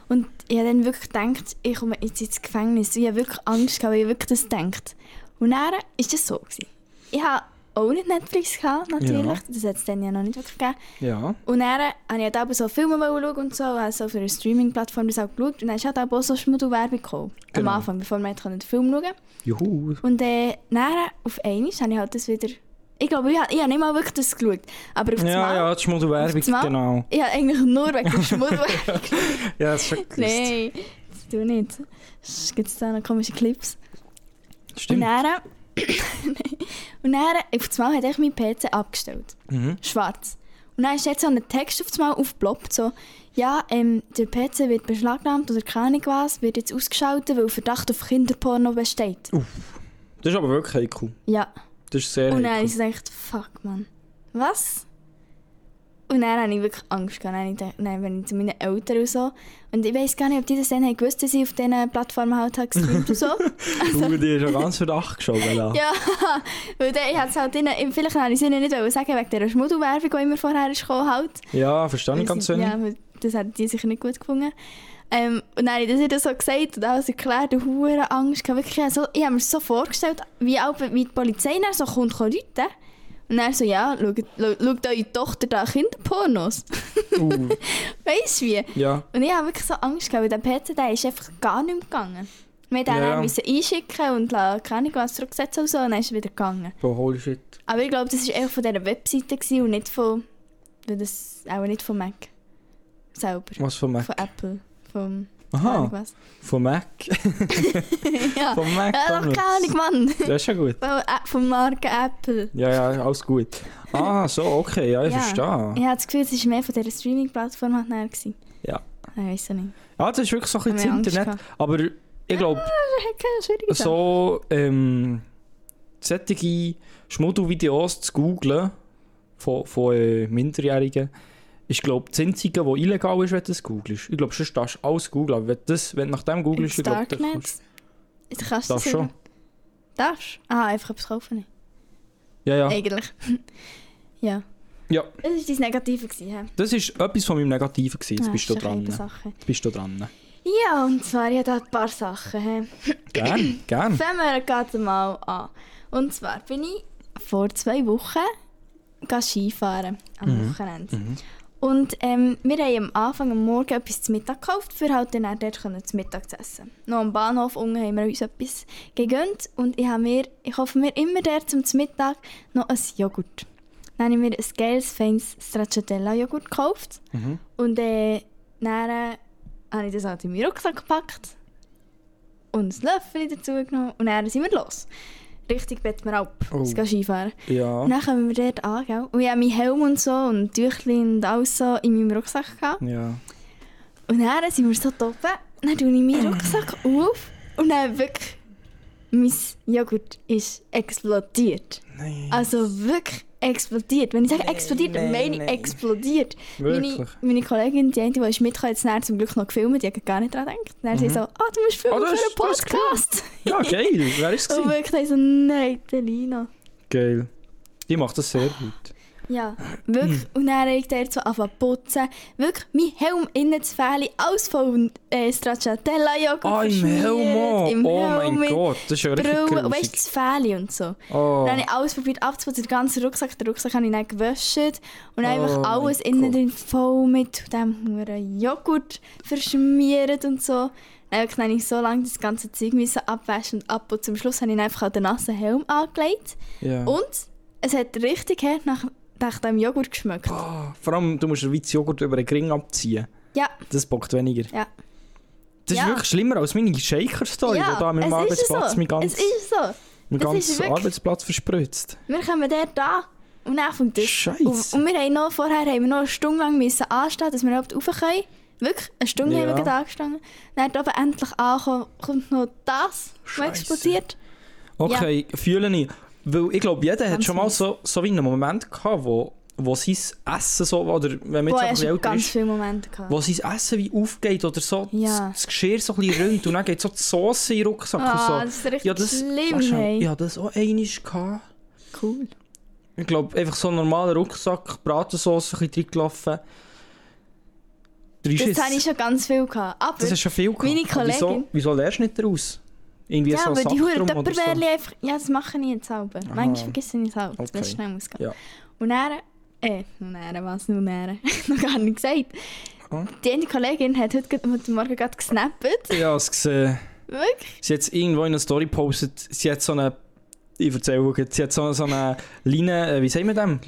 Speaker 3: Und ich habe dann wirklich gedacht, ich komme jetzt ins Gefängnis. Ich habe wirklich Angst, gehabt, weil ich wirklich das gedacht Und dann war es so. Gewesen. Ich hatte auch nicht Netflix, gehabt, natürlich.
Speaker 4: Ja.
Speaker 3: Das hat es dann ja noch nicht wirklich gegeben.
Speaker 4: Ja.
Speaker 3: Und dann habe ich halt eben so Filme schauen und so, also auf einer Streaming-Plattform das auch geschaut. Und dann ist halt eben auch so Schmuddelwerbung gekommen.
Speaker 4: Genau.
Speaker 3: Am Anfang, bevor man hat den Film schauen konnte.
Speaker 4: Juhu.
Speaker 3: Und äh, dann, auf einmal, habe ich halt das wieder... Ich glaube, ich habe, ich habe nicht mal wirklich das geschaut. Aber auf das
Speaker 4: Ja,
Speaker 3: Mal...
Speaker 4: ja, das ist Modelwerbung,
Speaker 3: Auf das Mal?
Speaker 4: genau.
Speaker 3: Ich habe eigentlich nur wegen dem Schmuddelwerbung.
Speaker 4: Ja, das ist schon gewusst.
Speaker 3: Nein, das tue ich nicht. Es gibt da noch komische Clips. Und
Speaker 4: Stimmt.
Speaker 3: dann... Nein. und dann, auf das Mal hat ich meinen PC abgestellt.
Speaker 4: Mhm.
Speaker 3: schwarz. Und dann ist jetzt so ein Text auf einmal aufgeploppt, so, ja, ähm, der PC wird beschlagnahmt oder keine Ahnung was, wird jetzt ausgeschaltet, weil Verdacht auf Kinderporno besteht.
Speaker 4: Das ist aber wirklich heikel.
Speaker 3: Ja.
Speaker 4: Das ist sehr
Speaker 3: Und dann habe
Speaker 4: heikel.
Speaker 3: ich gedacht, fuck, man. Was? Und dann habe ich wirklich Angst gehabt. Dann habe ich gedacht, nein, wenn ich zu meinen Eltern und so. Und ich weiß gar nicht, ob die das dann haben gewusst, dass ich auf diesen Plattformen halt habe gestreamt und so.
Speaker 4: Du, die ist ja ganz verdacht geschoben. Ja.
Speaker 3: Ja, eh, weil dann, ich hätte es halt ihnen, vielleicht habe ich es ihnen nicht wollen sagen wegen dieser Schmuddelwerbung, die immer vorher ist gekommen, halt.
Speaker 4: ja, verstehe ich ganz wenig.
Speaker 3: Dus Ja, aber das hat die sicher nicht gut gefunden. Ähm, und dann habe ich das wieder so gesagt und alles erklärt und hure Angst gehabt. Wirklich, ich habe so, ich habe mir so vorgestellt, wie, auch, wie die Polizei dann so kommt, kann Leute. Und dann so, ja, schaut, schaut, schaut eure Tochter da Kinderpornos.
Speaker 4: Uh,
Speaker 3: Weißt du wie?
Speaker 4: ja.
Speaker 3: Und ich habe wirklich so Angst gehabt, weil der PC, der ist einfach gar nicht mehr gegangen. Wir mussten
Speaker 4: Ja.
Speaker 3: yeah. müssen einschicken und lassen, keine Ahnung was zurücksetzen und so, und dann ist er wieder gegangen.
Speaker 4: Boah, holy shit.
Speaker 3: Aber ich glaube, das war eher von dieser Webseite gewesen und nicht von, weil das, auch nicht von Mac. selber.
Speaker 4: Was von Mac?
Speaker 3: Von Apple. Vom, keine Ahnung
Speaker 4: Aha,
Speaker 3: was.
Speaker 4: von Mac.
Speaker 3: ja.
Speaker 4: Von Mac.
Speaker 3: ja, doch keine Ahnung, Mann.
Speaker 4: Das ist ja gut.
Speaker 3: Von, Ä- vom Marken Apple.
Speaker 4: Ja, ja, alles gut. Ah, so, okay, ja, ich
Speaker 3: Ja.
Speaker 4: verstehe.
Speaker 3: Ich habe das Gefühl, es war mehr von dieser Streaming-Plattform halt näher. gewesen.
Speaker 4: Ja.
Speaker 3: Nein, weiß ich nicht.
Speaker 4: Ja, das ist wirklich so ein bisschen
Speaker 3: Haben wir
Speaker 4: das
Speaker 3: Angst
Speaker 4: Internet. Ah, Aber ich glaube,
Speaker 3: Das hat keine schwierige Sache.
Speaker 4: so ähm, solche Schmuddelvideos zu googeln von, von äh, Minderjährigen ist, glaube das Einzige, was illegal ist, wenn du das googelst. Ich glaube, sonst darfst du alles googeln. Aber wenn, du das, wenn du nach dem googelst, ich glaube,
Speaker 3: Darknet? Du kannst
Speaker 4: darfst
Speaker 3: das
Speaker 4: schon.
Speaker 3: Darfst? Ah, einfach etwas kaufen. nicht.
Speaker 4: Ja, ja.
Speaker 3: Eigentlich. ja.
Speaker 4: ja.
Speaker 3: Das war dein Negative. Gewesen, hä?
Speaker 4: Das ist etwas von meinem Negativen. Gewesen. Jetzt
Speaker 3: Ja,
Speaker 4: bist du
Speaker 3: Ah, ist doch
Speaker 4: dran.
Speaker 3: eine
Speaker 4: Jetzt
Speaker 3: Sache.
Speaker 4: bist du dran.
Speaker 3: Ja, und zwar, ich habe da ein paar Sachen. hä?
Speaker 4: Gern, gern.
Speaker 3: Fangen wir gerade mal an. Und zwar bin ich vor zwei Wochen gegangen Skifahren am Wochenende. Und ähm, wir haben am Anfang am Morgen etwas zu Mittag gekauft, für halt dann auch dort können zu Mittag zu essen. Noch am Bahnhof unten haben wir uns etwas gegönnt und ich, habe mir, ich hoffe mir immer dort zum Mittag noch ein Joghurt. Dann habe ich mir ein geiles, feines Stracciatella-Joghurt gekauft
Speaker 4: Mhm.
Speaker 3: und äh, dann habe ich das halt in meinen Rucksack gepackt und ein Löffel dazu genommen und dann sind wir los. Richtig Bett mir ab,
Speaker 4: Oh.
Speaker 3: oh. es geht Skifahren.
Speaker 4: Ja.
Speaker 3: Und dann kommen wir dort an, gell? Und ich habe meinen Helm und so und Tüchlein und alles so in meinem Rucksack gehabt.
Speaker 4: Ja.
Speaker 3: Und dann sind wir so oben, dann tue ich meinen Rucksack auf und dann wirklich, mein Joghurt ist explodiert.
Speaker 4: Nein.
Speaker 3: Also wirklich explodiert. Wenn ich sage explodiert, dann meine ich explodiert. Meine,
Speaker 4: Wirklich?
Speaker 3: meine Kollegin, die eine, die ist mitgekommen, hat es dann zum Glück noch gefilmt, die hat gar nicht dran gedacht. Dann sie so, ah, du musst filmen
Speaker 4: Ah, das
Speaker 3: für einen
Speaker 4: ist- das ist cool.
Speaker 3: Podcast.
Speaker 4: Ja, geil. Wer ist
Speaker 3: Und
Speaker 4: es?
Speaker 3: wirklich dann so, nein, Delina.
Speaker 4: Geil. Die macht das sehr gut.
Speaker 3: Ja,
Speaker 4: Mhm.
Speaker 3: wirklich. Und dann habe ich dort so angefangen zu putzen. Wirklich, mein Helm innen zu fehlen, alles voll äh, Stracciatella-Joghurt
Speaker 4: Ah, im
Speaker 3: verschmiert,
Speaker 4: Helmo!
Speaker 3: im
Speaker 4: oh
Speaker 3: Helm
Speaker 4: mein
Speaker 3: mit
Speaker 4: Gott, das ist ja richtig
Speaker 3: Brille, und
Speaker 4: grusig.
Speaker 3: weißt du, das Fähli und so.
Speaker 4: oh.
Speaker 3: Dann habe ich alles probiert abzuputzen, den ganzen Rucksack. Den Rucksack habe ich dann gewaschen und
Speaker 4: Oh
Speaker 3: einfach
Speaker 4: mein
Speaker 3: alles innen
Speaker 4: Gott.
Speaker 3: drin voll mit diesem verdammten Joghurt verschmiert und so. Dann habe ich- dann habe ich so lange das ganze Zeug müssen abwaschen und abputzen. Zum Schluss habe ich dann einfach den nassen Helm angelegt.
Speaker 4: ja.
Speaker 3: Und es hat richtig hart nach, nach dem Joghurt geschmeckt.
Speaker 4: Ah, Vor allem, du musst den weizen Joghurt über den Ring abziehen.
Speaker 3: Ja,
Speaker 4: Das bockt weniger.
Speaker 3: ja.
Speaker 4: Das ist
Speaker 3: Ja.
Speaker 4: wirklich schlimmer als meine Shaker-Story,
Speaker 3: ja,
Speaker 4: die da mit meinem
Speaker 3: es ist
Speaker 4: Arbeitsplatz
Speaker 3: so.
Speaker 4: mein
Speaker 3: Es
Speaker 4: ganz,
Speaker 3: ist so.
Speaker 4: mein
Speaker 3: es
Speaker 4: ganz
Speaker 3: ist wirklich-
Speaker 4: Arbeitsplatz verspritzt.
Speaker 3: Wir kommen dort an und dann fängt das.
Speaker 4: Scheisse.
Speaker 3: Und, und wir haben noch, vorher haben wir noch eine Stunde lang müssen anstehen, dass wir überhaupt rauf können. Wirklich, eine Stunde
Speaker 4: Ja.
Speaker 3: haben wir gerade angestanden. Dann dort oben endlich ankommen, kommt noch das, was
Speaker 4: Scheisse.
Speaker 3: explodiert.
Speaker 4: Okay, fühle ich. Weil ich glaube, jeder hat
Speaker 3: Ganz
Speaker 4: schon mal
Speaker 3: mies.
Speaker 4: so, so wie einen Moment gehabt, wo, wo sein Essen so, oder wenn man
Speaker 3: Boah,
Speaker 4: jetzt
Speaker 3: ich
Speaker 4: einfach
Speaker 3: hatte
Speaker 4: ein bisschen
Speaker 3: schon
Speaker 4: älter
Speaker 3: ganz
Speaker 4: ist,
Speaker 3: viele Momente. Gehabt.
Speaker 4: wo sein Essen wie aufgeht oder so
Speaker 3: Ja.
Speaker 4: das, das Geschirr so ein bisschen rund und dann geht so die Sauce in den Rucksack
Speaker 3: Ah,
Speaker 4: und
Speaker 3: das
Speaker 4: so.
Speaker 3: ist richtig
Speaker 4: ja, das,
Speaker 3: schlimm,
Speaker 4: weisst du,
Speaker 3: ey.
Speaker 4: Ich hatte das auch einmal. Gehabt.
Speaker 3: Cool.
Speaker 4: Ich glaube, einfach so ein normaler Rucksack, Bratensauce, ein bisschen reingelaufen. Drei
Speaker 3: Das
Speaker 4: Schiss.
Speaker 3: hatte ich schon ganz viel. Gehabt. Aber
Speaker 4: Das ist schon viel gehabt.
Speaker 3: Meine
Speaker 4: Aber Wieso,
Speaker 3: Kollegin-
Speaker 4: wieso lernst du nicht daraus? Irgendwie
Speaker 3: ja,
Speaker 4: so
Speaker 3: aber die
Speaker 4: Sachen
Speaker 3: Huren
Speaker 4: drum oder so.
Speaker 3: Töpperwärli einfach... Ja, das mache ich jetzt selber. Manchmal vergesse ich es selber, wenn
Speaker 4: Okay.
Speaker 3: es schnell muss gehen.
Speaker 4: Ja.
Speaker 3: Und dann... Äh, und dann, was? Nur dann. noch gar nicht gesagt. Die eine Kollegin hat heute, gerade- heute Morgen gerade gesnappt.
Speaker 4: Ich habe es gesehen.
Speaker 3: Wirklich?
Speaker 4: Sie hat es irgendwo in einer Story gepostet. Sie hat so eine... Ich erzähle jetzt. Sie hat so eine, so eine Leine... äh, Wie sagt man dem?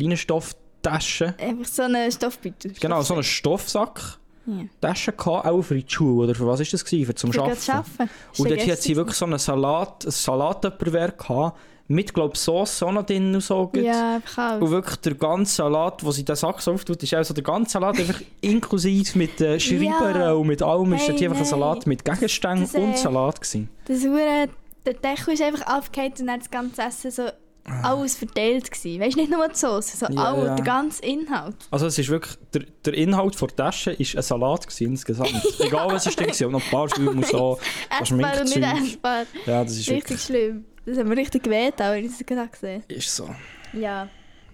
Speaker 4: Leinenstofftasche.
Speaker 3: Einfach so eine Stoffbeutel.
Speaker 4: Genau, so eine Stoffsack.
Speaker 3: Ja.
Speaker 4: Tasche gehabt, auch für die Schuhe, oder für was ist das gewesen? Für zum
Speaker 3: Für
Speaker 4: Schaffen.
Speaker 3: gerade Schaffen.
Speaker 4: Und dort hat sie wirklich so einen Salat, ein Salatöpperwehr gehabt, mit, glaube ich, Sauce auch noch drin und so. gut.
Speaker 3: Ja, einfach
Speaker 4: Und
Speaker 3: alles.
Speaker 4: wirklich der ganze Salat, wo sie den Sack so auftut, ist also der ganze Salat einfach inklusive mit äh, Schreibern
Speaker 3: Ja.
Speaker 4: und mit allem. ist
Speaker 3: Hey,
Speaker 4: dort einfach ein
Speaker 3: nein.
Speaker 4: Salat mit Gegenständen
Speaker 3: Das, äh,
Speaker 4: und Salat gewesen.
Speaker 3: Das Huren... Der Deckel ist einfach abgehakt und dann das ganze Essen so... Alles verteilt gewesen. Weißt du, nicht nur die Soße, so
Speaker 4: Ah. Ja,
Speaker 3: alles,
Speaker 4: ja.
Speaker 3: der ganze Inhalt.
Speaker 4: Also es ist wirklich, der, der Inhalt der Tasche ist ein Salat gewesen insgesamt. Egal was es drin war, ob noch ein paar Schwimmer und so. Das
Speaker 3: Essbar und nicht
Speaker 4: Schminkzeug.
Speaker 3: essbar.
Speaker 4: Ja, das ist
Speaker 3: Richtig
Speaker 4: wirklich,
Speaker 3: schlimm. Das hat mir richtig geweht, aber ich habe es gerade gesehen.
Speaker 4: ist so.
Speaker 3: eh, Ja.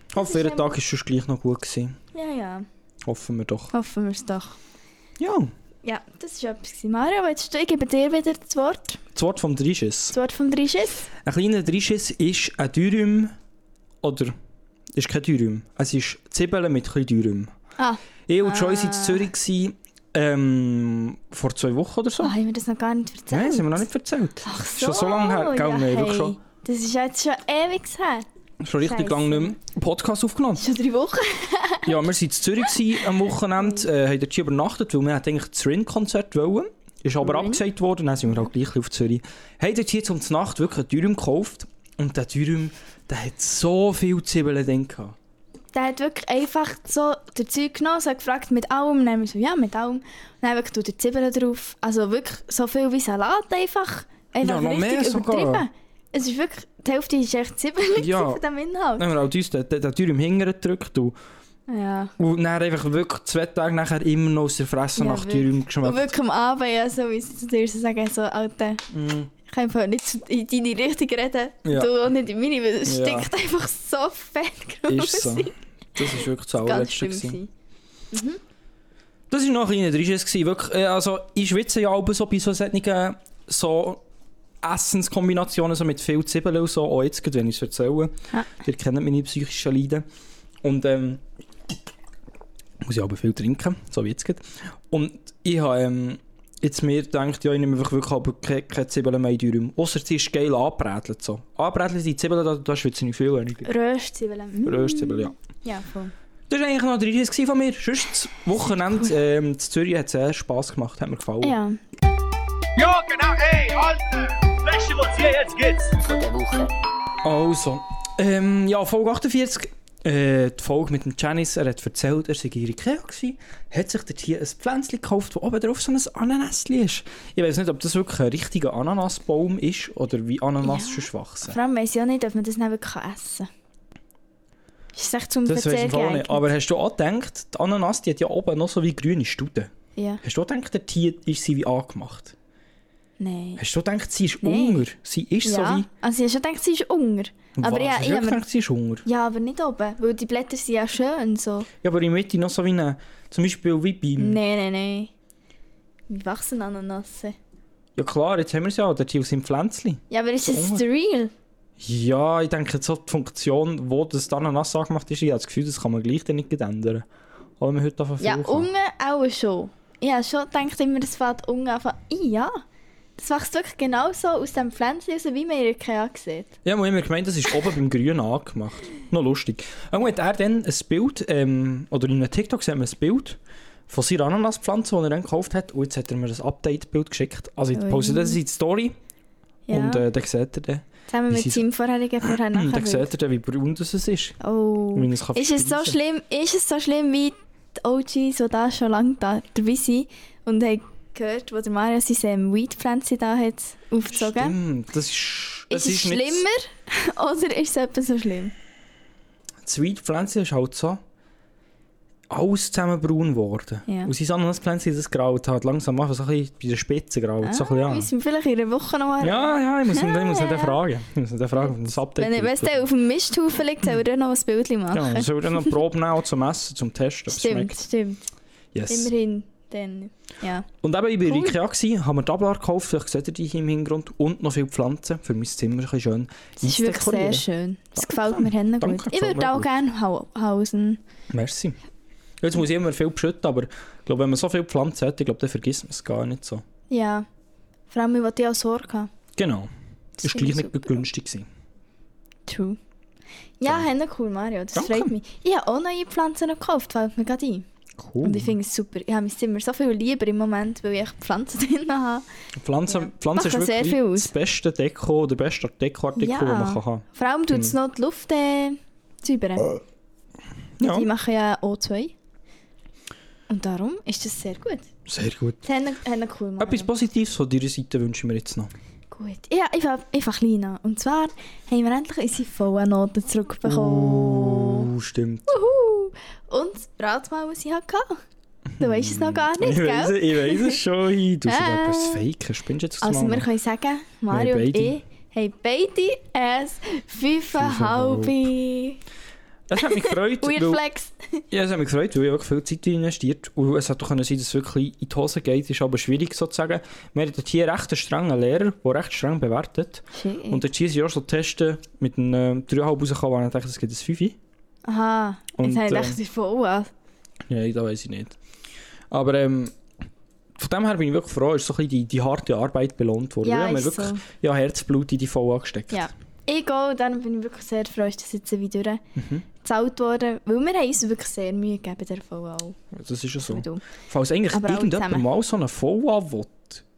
Speaker 4: Ich hoffe,
Speaker 3: ist
Speaker 4: ihr
Speaker 3: eben-
Speaker 4: Tag ist sonst gleich noch gut gewesen.
Speaker 3: Ja, ja.
Speaker 4: Hoffen wir doch.
Speaker 3: Hoffen wir es doch.
Speaker 4: Ja,
Speaker 3: Ja, das war etwas. gewesen. Mario, willst du, ich gebe dir wieder das Wort.
Speaker 4: das Wort vom Dreischiss.
Speaker 3: Das Wort vom Drisches.
Speaker 4: Ein kleiner Drischiss ist ein Dürüm. Oder? Ist kein Dürüm. Es ist Zwiebeln mit ein bisschen Dürüm.
Speaker 3: Ah,
Speaker 4: Ich und Joy waren in Zürich gewesen, ähm, vor zwei Wochen oder so.
Speaker 3: oh, haben wir das noch gar nicht erzählt?
Speaker 4: Nein, das haben wir noch nicht erzählt.
Speaker 3: Ach so.
Speaker 4: Schon so lange her, gell?
Speaker 3: ja, Dus
Speaker 4: wir haben wirklich
Speaker 3: hey.
Speaker 4: schon.
Speaker 3: Das ist jetzt schon ewig her.
Speaker 4: Schon richtig
Speaker 3: Scheisse.
Speaker 4: lange nicht mehr Podcast aufgenommen.
Speaker 3: Schon drei Wochen.
Speaker 4: Ja, wir waren in Zürich gewesen am Wochenende, äh, haben dort hier übernachtet, weil wir hätten eigentlich das RIN-Konzert wollen. Ist aber abgesagt worden, dann sind wir halt gleich auf Zürich. Haben dort hier um die Nacht wirklich einen Dürüm gekauft. Und der Dürüm, der hat so viel Zwiebeln drin gehabt.
Speaker 3: Der hat wirklich einfach so der Zeug genommen, so gefragt mit allem. Und dann haben wir so, ja, mit allem. Und dann haben wir wirklich die Zwiebeln drauf. Also wirklich so viel wie Salat einfach. Einfach
Speaker 4: Ja, noch
Speaker 3: richtig
Speaker 4: mehr sogar.
Speaker 3: übertrieben. Es ist wirklich, die Hälfte ist echt Zwiebeln
Speaker 4: Ja.
Speaker 3: von dem Inhalt.
Speaker 4: Dann haben wir halt uns den, den, den Dürüm hingern gedrückt und,
Speaker 3: Ja.
Speaker 4: und dann einfach wirklich zwei Tage nachher immer noch aus der Fresse
Speaker 3: Ja,
Speaker 4: nach
Speaker 3: wirklich.
Speaker 4: Dürüm
Speaker 3: Und
Speaker 4: geschmeckt.
Speaker 3: wirklich am Abend, ja, so wie sie zu dir so sagen, so, Alter,
Speaker 4: Mm.
Speaker 3: ich kann einfach nicht zu- in deine Richtung reden.
Speaker 4: Ja.
Speaker 3: Du auch nicht in meine, weil es
Speaker 4: Ja. Oh,
Speaker 3: stinkt einfach so fett
Speaker 4: Ist so. Das ist wirklich das
Speaker 3: Ganz
Speaker 4: allerletzte.
Speaker 3: schlimm
Speaker 4: gewesen.
Speaker 3: gewesen.
Speaker 4: Das war noch ein kleiner Drisches. gewesen, Wirklich, Äh, also, ich schwitze ja auch so bei so solchen so Essenskombinationen so mit viel Zwiebeln und so. Auch jetzt, gerade, wenn ich es erzähle.
Speaker 3: Ja.
Speaker 4: Ihr kennt meine psychischen Leiden. Und ähm, muss ich aber viel trinken, so wie jetzt. gerade. Und ich habe ähm, jetzt mir gedacht, ja, ich nehme einfach wirklich aber keine, keine Zwiebeln mehr in Dürüm. Ausser sie ist geil angebrätelt. So. Angebrätelte Zwiebeln, da, da schwitze ich nicht viel. eigentlich.
Speaker 3: Röstzwiebeln. Mm.
Speaker 4: Röstzwiebeln, ja.
Speaker 3: Ja, voll.
Speaker 4: Das war eigentlich noch der Riss von mir. Sonst das Wochenende ähm, in Zürich hat es sehr Spass gemacht, hat mir gefallen.
Speaker 3: Ja.
Speaker 6: Ja, genau, ey, Alter! Fläschchen, was hier jetzt geht's?
Speaker 4: Also, ähm, ja, Folge 48. Äh, die Folge mit dem Janis, er hat erzählt, er sei in Ikea gewesen, hat sich dort hier ein Pflänzchen gekauft, das oben drauf so ein Ananäschen ist. Ich weiß nicht, ob das wirklich ein richtiger Ananasbaum ist oder wie Ananas
Speaker 3: Ja.
Speaker 4: sonst wachsen.
Speaker 3: Vor allem weiss ich auch nicht, ob man das nicht wirklich essen kann. Ist es echt zum
Speaker 4: Das weiß
Speaker 3: Verzehr
Speaker 4: ich auch
Speaker 3: geeignet?
Speaker 4: nicht. Aber hast du auch gedacht, die Ananas die hat ja oben noch so wie grüne Studen.
Speaker 3: Ja.
Speaker 4: Hast du auch gedacht, dort hier ist sie wie angemacht?
Speaker 3: Nein.
Speaker 4: Hast du auch gedacht, sie ist
Speaker 3: Nein.
Speaker 4: Hunger? Sie ist so
Speaker 3: ja.
Speaker 4: wie...
Speaker 3: Also ich habe gedacht, sie ist Unger. Aber
Speaker 4: Was?
Speaker 3: ja,
Speaker 4: Hast
Speaker 3: ich
Speaker 4: du wirklich
Speaker 3: habe
Speaker 4: gedacht, sie ist Hunger?
Speaker 3: ja, aber nicht oben, weil die Blätter sind ja schön so.
Speaker 4: Ja, aber ich möchte noch so wie eine, zum Beispiel wie beim...
Speaker 3: Nein, nein, nein. Wie wachsen Ananassen?
Speaker 4: Ja klar, jetzt haben wir es ja, der Tio sind Pflänzchen.
Speaker 3: Ja, aber ist das
Speaker 4: Unger.
Speaker 3: the real?
Speaker 4: Ja, ich denke, so die Funktion, wo das dann Ananas angemacht ist, ich habe das Gefühl, das kann man gleich dann nicht gleich ändern. Aber wir heute davon
Speaker 3: Ja,
Speaker 4: viel kann.
Speaker 3: Unger auch schon. Ich habe schon gedacht, immer, das fällt Unger einfach. Ja, das wächst wirklich genau so aus dem Pflänzchen raus, wie man in Ikea sieht.
Speaker 4: Ja, man hat immer gemeint, das ist oben beim Grünen angemacht. Noch lustig. Irgendwo hat er dann ein Bild, ähm, oder in einem TikTok sieht man ein Bild von seiner Ananaspflanze, die er dann gekauft hat. Und jetzt hat er mir ein Update-Bild geschickt. Also ich
Speaker 3: Ui.
Speaker 4: poste das in die Story
Speaker 3: Ja.
Speaker 4: und äh, dann seht ihr dann,
Speaker 3: Zusammen
Speaker 4: wie
Speaker 3: mit
Speaker 4: sie's-
Speaker 3: seinem vorherigen vorher nachher
Speaker 4: dann seht ihr dann, wie braun das es ist.
Speaker 3: Oh.
Speaker 4: Wenn es kann
Speaker 3: Ist es so
Speaker 4: verpreisen.
Speaker 3: schlimm, ist es so schlimm wie die OGs, die da schon lange da dabei sind und haben gehört, wo der Mario sein Weed-Pflänzchen da hat aufgezogen?
Speaker 4: Stimmt, das ist...
Speaker 3: Ist es
Speaker 4: nicht-
Speaker 3: schlimmer oder ist es etwa so schlimm?
Speaker 4: Das Weidpflänzchen ist halt so alles zusammen braun geworden.
Speaker 3: Ja.
Speaker 4: Und sein Ananaspflänzchen, das graut halt langsam an, so ein bisschen bei der Spitze graut. so ein
Speaker 3: Ah, Müssen
Speaker 4: bisschen
Speaker 3: wir vielleicht in einer Woche noch mal...
Speaker 4: an. Ja, ja, ich muss, ihn- ich muss ihn
Speaker 3: Ja,
Speaker 4: dann
Speaker 3: ja.
Speaker 4: fragen. Ich muss ihn dann fragen, ob das Update
Speaker 3: Wenn
Speaker 4: gibt.
Speaker 3: es auf dem Misthaufen liegt, soll er noch ein Bild machen.
Speaker 4: Ja, Genau, dann soll ich dann noch Probe nehmen, auch zum Essen, zum Testen, ob es
Speaker 3: stimmt,
Speaker 4: schmeckt.
Speaker 3: stimmt.
Speaker 4: Yes.
Speaker 3: Immerhin. Dann, ja.
Speaker 4: Und eben, ich war in
Speaker 3: Cool.
Speaker 4: Ikea, gewesen, habe mir Tablar gekauft, vielleicht seht ihr die hier im Hintergrund, und noch viele Pflanzen für mein Zimmer, ein bisschen schön
Speaker 3: Das ist wirklich sehr
Speaker 4: einzudekorieren.
Speaker 3: schön. Das
Speaker 4: Danke.
Speaker 3: gefällt mir Händen gut.
Speaker 4: Ah, Danke,
Speaker 3: Ich
Speaker 4: gefällt mir
Speaker 3: würde auch
Speaker 4: gut.
Speaker 3: gerne hau- hausen.
Speaker 4: Merci. Jetzt muss ich immer viel beschütten, aber ich glaube, wenn man so viele Pflanzen hat, ich glaube, dann vergisst man es gar nicht so.
Speaker 3: Ja. Vor allem, ich wollte ja auch Sorge haben.
Speaker 4: Genau.
Speaker 3: Das
Speaker 4: Ist
Speaker 3: finde
Speaker 4: gleich
Speaker 3: ich
Speaker 4: nicht
Speaker 3: super.
Speaker 4: günstig gewesen.
Speaker 3: True. Ja, Hände cool, Mario. Das
Speaker 4: Danke.
Speaker 3: freut mich. Ich habe auch neue Pflanzen noch gekauft, fällt mir gerade ein.
Speaker 4: Cool.
Speaker 3: Und ich finde es super. Ich habe mein Zimmer so viel lieber im Moment, weil ich echt Pflanzen drin habe.
Speaker 4: Pflanzen,
Speaker 3: Ja.
Speaker 4: Pflanzen ist
Speaker 3: Machen sehr
Speaker 4: wirklich
Speaker 3: viel
Speaker 4: das
Speaker 3: aus.
Speaker 4: beste Deko, der beste Dekoartikel,
Speaker 3: Ja.
Speaker 4: den man kann haben
Speaker 3: Vor allem tut es noch die Luft äh, säubern.
Speaker 4: Ja,
Speaker 3: Die machen ja O2. Und darum ist das sehr gut.
Speaker 4: sehr gut.
Speaker 3: Das haben cool Mario.
Speaker 4: Etwas Positives von deiner Seite wünsche ich mir jetzt noch.
Speaker 3: Gut. Ja, ich war einfach klein. Und zwar haben wir endlich unsere VA-Noten zurückbekommen.
Speaker 4: Oh, stimmt.
Speaker 3: Uhu. Und rat mal, was ich hatte. Du weißt es noch gar nicht,
Speaker 4: Ich weiss,
Speaker 3: gell?
Speaker 4: ich weiss es schon. hey, Du bist
Speaker 3: Äh.
Speaker 4: etwas faken. Spinnst du jetzt
Speaker 3: Also wir
Speaker 4: zusammen?
Speaker 3: können sagen, Mario
Speaker 4: Wir haben
Speaker 3: und
Speaker 4: beide.
Speaker 3: ich haben beide es 5,5.
Speaker 4: Es hat mich gefreut,
Speaker 3: Weird
Speaker 4: weil,
Speaker 3: Flex.
Speaker 4: ja, es hat mich gefreut, weil ich wirklich viel Zeit investiert Und es hätte auch können sein, dass es wirklich in die Hose geht. ist aber schwierig sozusagen. Wir hatten hier recht einen strengen Lehrer, der recht streng bewertet. Und
Speaker 3: Shit.
Speaker 4: der Cheese ist auch so testen mit einem 3,5 rausgekommen, weil ich dachte, es gibt ein 5.
Speaker 3: Aha,
Speaker 4: Und,
Speaker 3: jetzt habe ich
Speaker 4: äh,
Speaker 3: gedacht, ich von UA.
Speaker 4: Nein, das weiß ich nicht. Aber ähm, von dem her bin ich wirklich froh, ist so ein bisschen die, die harte Arbeit belohnt worden.
Speaker 3: Ja,
Speaker 4: wir haben
Speaker 3: ist
Speaker 4: wirklich
Speaker 3: so.
Speaker 4: ja, Herzblut in die VA gesteckt.
Speaker 3: Ja, Ich auch, darum bin ich wirklich sehr froh, dass das jetzt wieder mhm. gezahlt wurde. Weil wir haben uns wirklich sehr Mühe gegeben, der VA. auch.
Speaker 4: Das ist ja so.
Speaker 3: Mit uns.
Speaker 4: Falls eigentlich
Speaker 3: Aber alle
Speaker 4: irgendjemand
Speaker 3: zusammen.
Speaker 4: mal so einen VA will,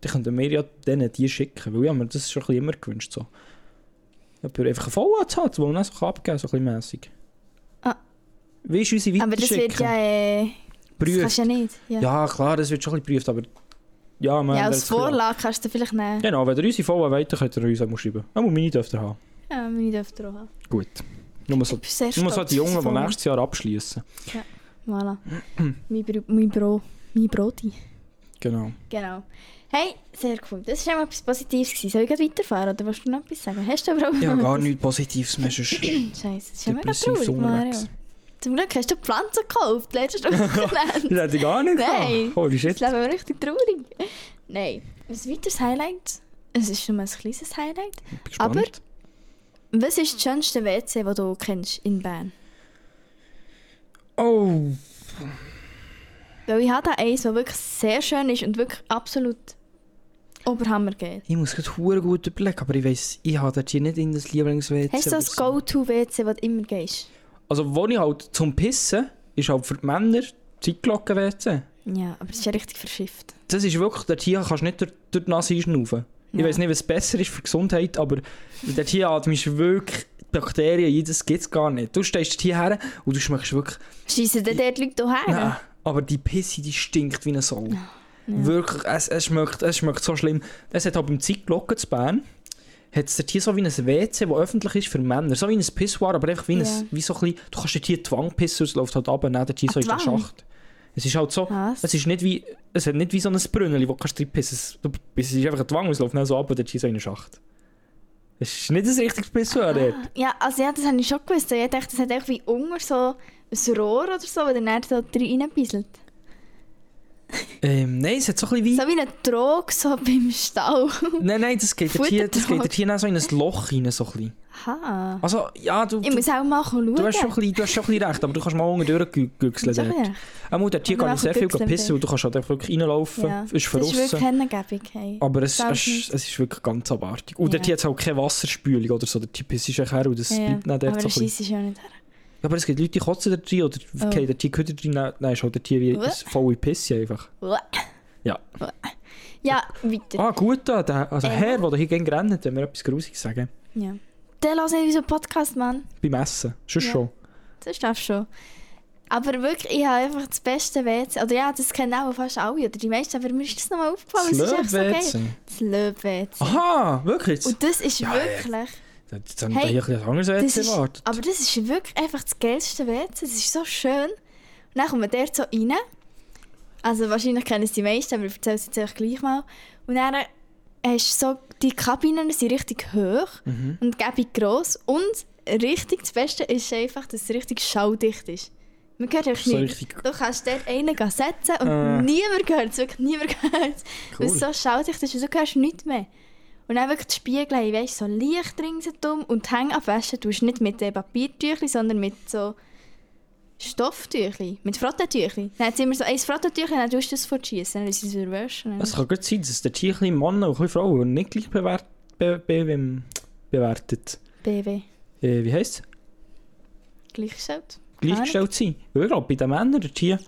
Speaker 4: dann könnten wir ja denen die schicken. Weil ich habe mir das schon ein bisschen immer gewünscht. So. Ob er einfach einen VA zu haben, den man dann so abgeben kann, so ein bisschen mässig.
Speaker 3: Ah.
Speaker 4: Wie ist unsere
Speaker 3: Aber das wird ja... Äh, das kannst du ja nicht. Ja,
Speaker 4: Ja, dus klar, das wird schon ein bisschen geprüft, aber... Ja, man,
Speaker 3: ja
Speaker 4: das
Speaker 3: als
Speaker 4: ist klar.
Speaker 3: Vorlage kannst du vielleicht nehmen. Ja,
Speaker 4: Genau, wenn ihr unsere VA weiter könnt ihr uns auch mal schreiben. Auch meine dürft ihr haben.
Speaker 3: meine dürft ihr auch haben.
Speaker 4: Gut. Nur so,
Speaker 3: Ich bin sehr
Speaker 4: nur
Speaker 3: stolz.
Speaker 4: so die Jungen,
Speaker 3: auf
Speaker 4: die
Speaker 3: unsere
Speaker 4: nächstes Jahr abschließen.
Speaker 3: Voilà. mein, Bro, mein Bro. Mein Broti.
Speaker 4: Genau.
Speaker 3: Genau. Hey, sehr cool. Das war auch etwas Positives. Gewesen. Soll ich gleich weiterfahren oder willst du noch etwas sagen? Hast du überhaupt
Speaker 4: Ja, gar nichts Positives mehr. sonst
Speaker 3: Scheiße, das ist ja mega
Speaker 4: Depressiv
Speaker 3: traurig,
Speaker 4: so
Speaker 3: Mario.
Speaker 4: unterwegs.
Speaker 3: Zum Glück hast du Pflanzen gekauft, letztes Wochenende.
Speaker 4: Das hätte ich gar nicht
Speaker 3: Nein.
Speaker 4: gehabt. genau. Holy
Speaker 3: Das
Speaker 4: shit.
Speaker 3: Leben war richtig traurig. Nein. Ein weiteres Highlight. Es ist schon mal ein kleines Highlight.
Speaker 4: Bin gespannt.
Speaker 3: Aber- Was ist das schönste WC, das du kennst in Bern?
Speaker 4: Oh,
Speaker 3: Weil ich habe da eins, das wirklich sehr schön ist und wirklich absolut oberhammergeil.
Speaker 4: ich muss gerade hure gut überlegen, aber ich weiss, ich habe dort hier nicht in das Lieblings-WC.
Speaker 3: Hast du so ein Go-To-WC, das du immer gehst?
Speaker 4: Also, wo ich halt zum Pissen, ist halt für die Männer Zeitglocken-WC.
Speaker 3: Ja, aber es ist ja richtig verschifft.
Speaker 4: Das ist wirklich, dort hier kannst du nicht durch, durch die Nase einschnaufen. Ich
Speaker 3: Ja.
Speaker 4: weiss nicht, was besser ist für die Gesundheit, aber dort hier atmest du wirklich Bakterien ein, das gibt es gar nicht. Du stehst hierher und du schmeckst wirklich...
Speaker 3: Scheiße, dann dort Leute hierher.
Speaker 4: Nein, aber die Pisse, die stinkt wie eine Sau. Wirklich, es, es, schmeckt, es schmeckt so schlimm. Es hat halt beim Zeitglocken zu Bern, hat es dort hier so wie ein WC, das öffentlich ist für Männer. So wie ein Pissoir, aber einfach wie,
Speaker 3: Ja.
Speaker 4: ein, wie so ein bisschen, du kannst dort hier Twang pissen und es läuft halt ab und dann dort hier so in den
Speaker 3: Zwang?
Speaker 4: Schacht. Es ist halt so,
Speaker 3: Was?
Speaker 4: es ist nicht wie, es hat nicht wie so ein Brünneli, wo du kannst drin pissen. Es, du, es ist einfach ein Twang und es läuft dann so ab und dort hier so in den Schacht. Es ist nicht ein richtiges Pissoir dort.
Speaker 3: Ja, also ja, das habe ich schon gewusst. Ich dachte, das hat echt wie unter so ein Rohr oder so, das dann so reinbisselt.
Speaker 4: Ähm, nein, es hat so ein bisschen wie...
Speaker 3: So wie ein Trog so beim Stall.
Speaker 4: Nein, nein, das geht dort hier, das geht
Speaker 3: Futtertrog.
Speaker 4: dort hier dann so in ein Loch rein, so ein bisschen.
Speaker 3: Aha.
Speaker 4: Also, ja, du,
Speaker 3: Ich
Speaker 4: du,
Speaker 3: muss auch mal schauen.
Speaker 4: du, hast schon ein bisschen, du hast schon ein bisschen recht, aber du kannst mal unten durchgüchseln
Speaker 3: Ist auch
Speaker 4: dort.
Speaker 3: recht.
Speaker 4: Einmal dort hier
Speaker 3: Aber
Speaker 4: kann ich
Speaker 3: auch
Speaker 4: sehr viel
Speaker 3: güchseln
Speaker 4: pissen, weil du kannst halt einfach wirklich reinlaufen,
Speaker 3: Ja.
Speaker 4: ist
Speaker 3: Das ist wirklich
Speaker 4: verrossen.
Speaker 3: Kennengebung. Hey.
Speaker 4: Aber es,
Speaker 3: Darf
Speaker 4: es,
Speaker 3: nicht.
Speaker 4: es ist wirklich ganz abartig. Und dort
Speaker 3: Ja.
Speaker 4: hier hat es halt keine Wasserspülung oder so, der Typ ist echt her und das
Speaker 3: Ja,
Speaker 4: bleibt dann
Speaker 3: aber
Speaker 4: dort so ein
Speaker 3: das
Speaker 4: bisschen.
Speaker 3: ist ja nicht her.
Speaker 4: Ja, aber es gibt Leute, die kotzen dort rein oder
Speaker 3: Oh.
Speaker 4: okay, dort hier gehört dort rein, nein, ist halt dort hier wie
Speaker 3: Uah.
Speaker 4: ein volle Pisse einfach.
Speaker 3: Uah.
Speaker 4: Ja.
Speaker 3: Uah. Ja, weiter.
Speaker 4: Ah, gut da, der, also
Speaker 3: Ähm.
Speaker 4: Herr, der hier gerne rennt, hat mir etwas Grusiges sagen.
Speaker 3: Ja. Dann lass nicht unseren Podcast, Mann.
Speaker 4: Beim Essen, sonst
Speaker 3: Ja.
Speaker 4: schon.
Speaker 3: Das darfst du schon. Aber wirklich, ich habe einfach das beste WC. Oder ja, das kennen auch fast alle. Oder die meisten. Aber mir ist das nochmal aufgefallen.
Speaker 4: Das
Speaker 3: es ist echt so
Speaker 4: Löb-WC.
Speaker 3: geil. Das Löb-WC.
Speaker 4: Aha, wirklich? Jetzt,
Speaker 3: Und das ist wirklich...
Speaker 4: jetzt haben wir
Speaker 3: Hey,
Speaker 4: hier ein bisschen anderes
Speaker 3: Das
Speaker 4: WC
Speaker 3: ist,
Speaker 4: erwartet.
Speaker 3: aber das ist wirklich einfach das geilste WC. Das ist so schön. Und dann kommt man dort so rein. Also wahrscheinlich kennen es die meisten, aber ich erzähle es jetzt euch gleich mal. Und dann äh, hast du so, die Kabinen sind richtig hoch
Speaker 4: Mhm.
Speaker 3: und gäbig gross. Und richtig das Beste ist einfach, dass es richtig schaudicht ist. Man hört euch
Speaker 4: So
Speaker 3: nicht.
Speaker 4: richtig-
Speaker 3: Du kannst dort einen gehen setzen und
Speaker 4: Äh.
Speaker 3: niemand hört es, wirklich niemand hört es. Weil es so
Speaker 4: Cool.
Speaker 3: schaudicht ist und du hörst nichts mehr. Und dann wirklich die Spiegel, haben, weisst du, so Licht ringsherum und die Hänge abwaschen tust du nicht mit den Papiertüchli, sondern mit so Stofftüchli, mit Frottentüchli. Dann hat immer so ein Frottentüchli, dann tust du es fortschießen, dann ist es wieder waschen.
Speaker 4: Es kann gut sein, dass der Tier ein bisschen Mann und ein bisschen Frau nicht gleich bewert, be, be, be, bewertet.
Speaker 3: BW,
Speaker 4: Äh, wie heisst es?
Speaker 3: gleichgestellt.
Speaker 4: Gleichgestellt sein. Weil ich glaube, bei den Männern, der Tier,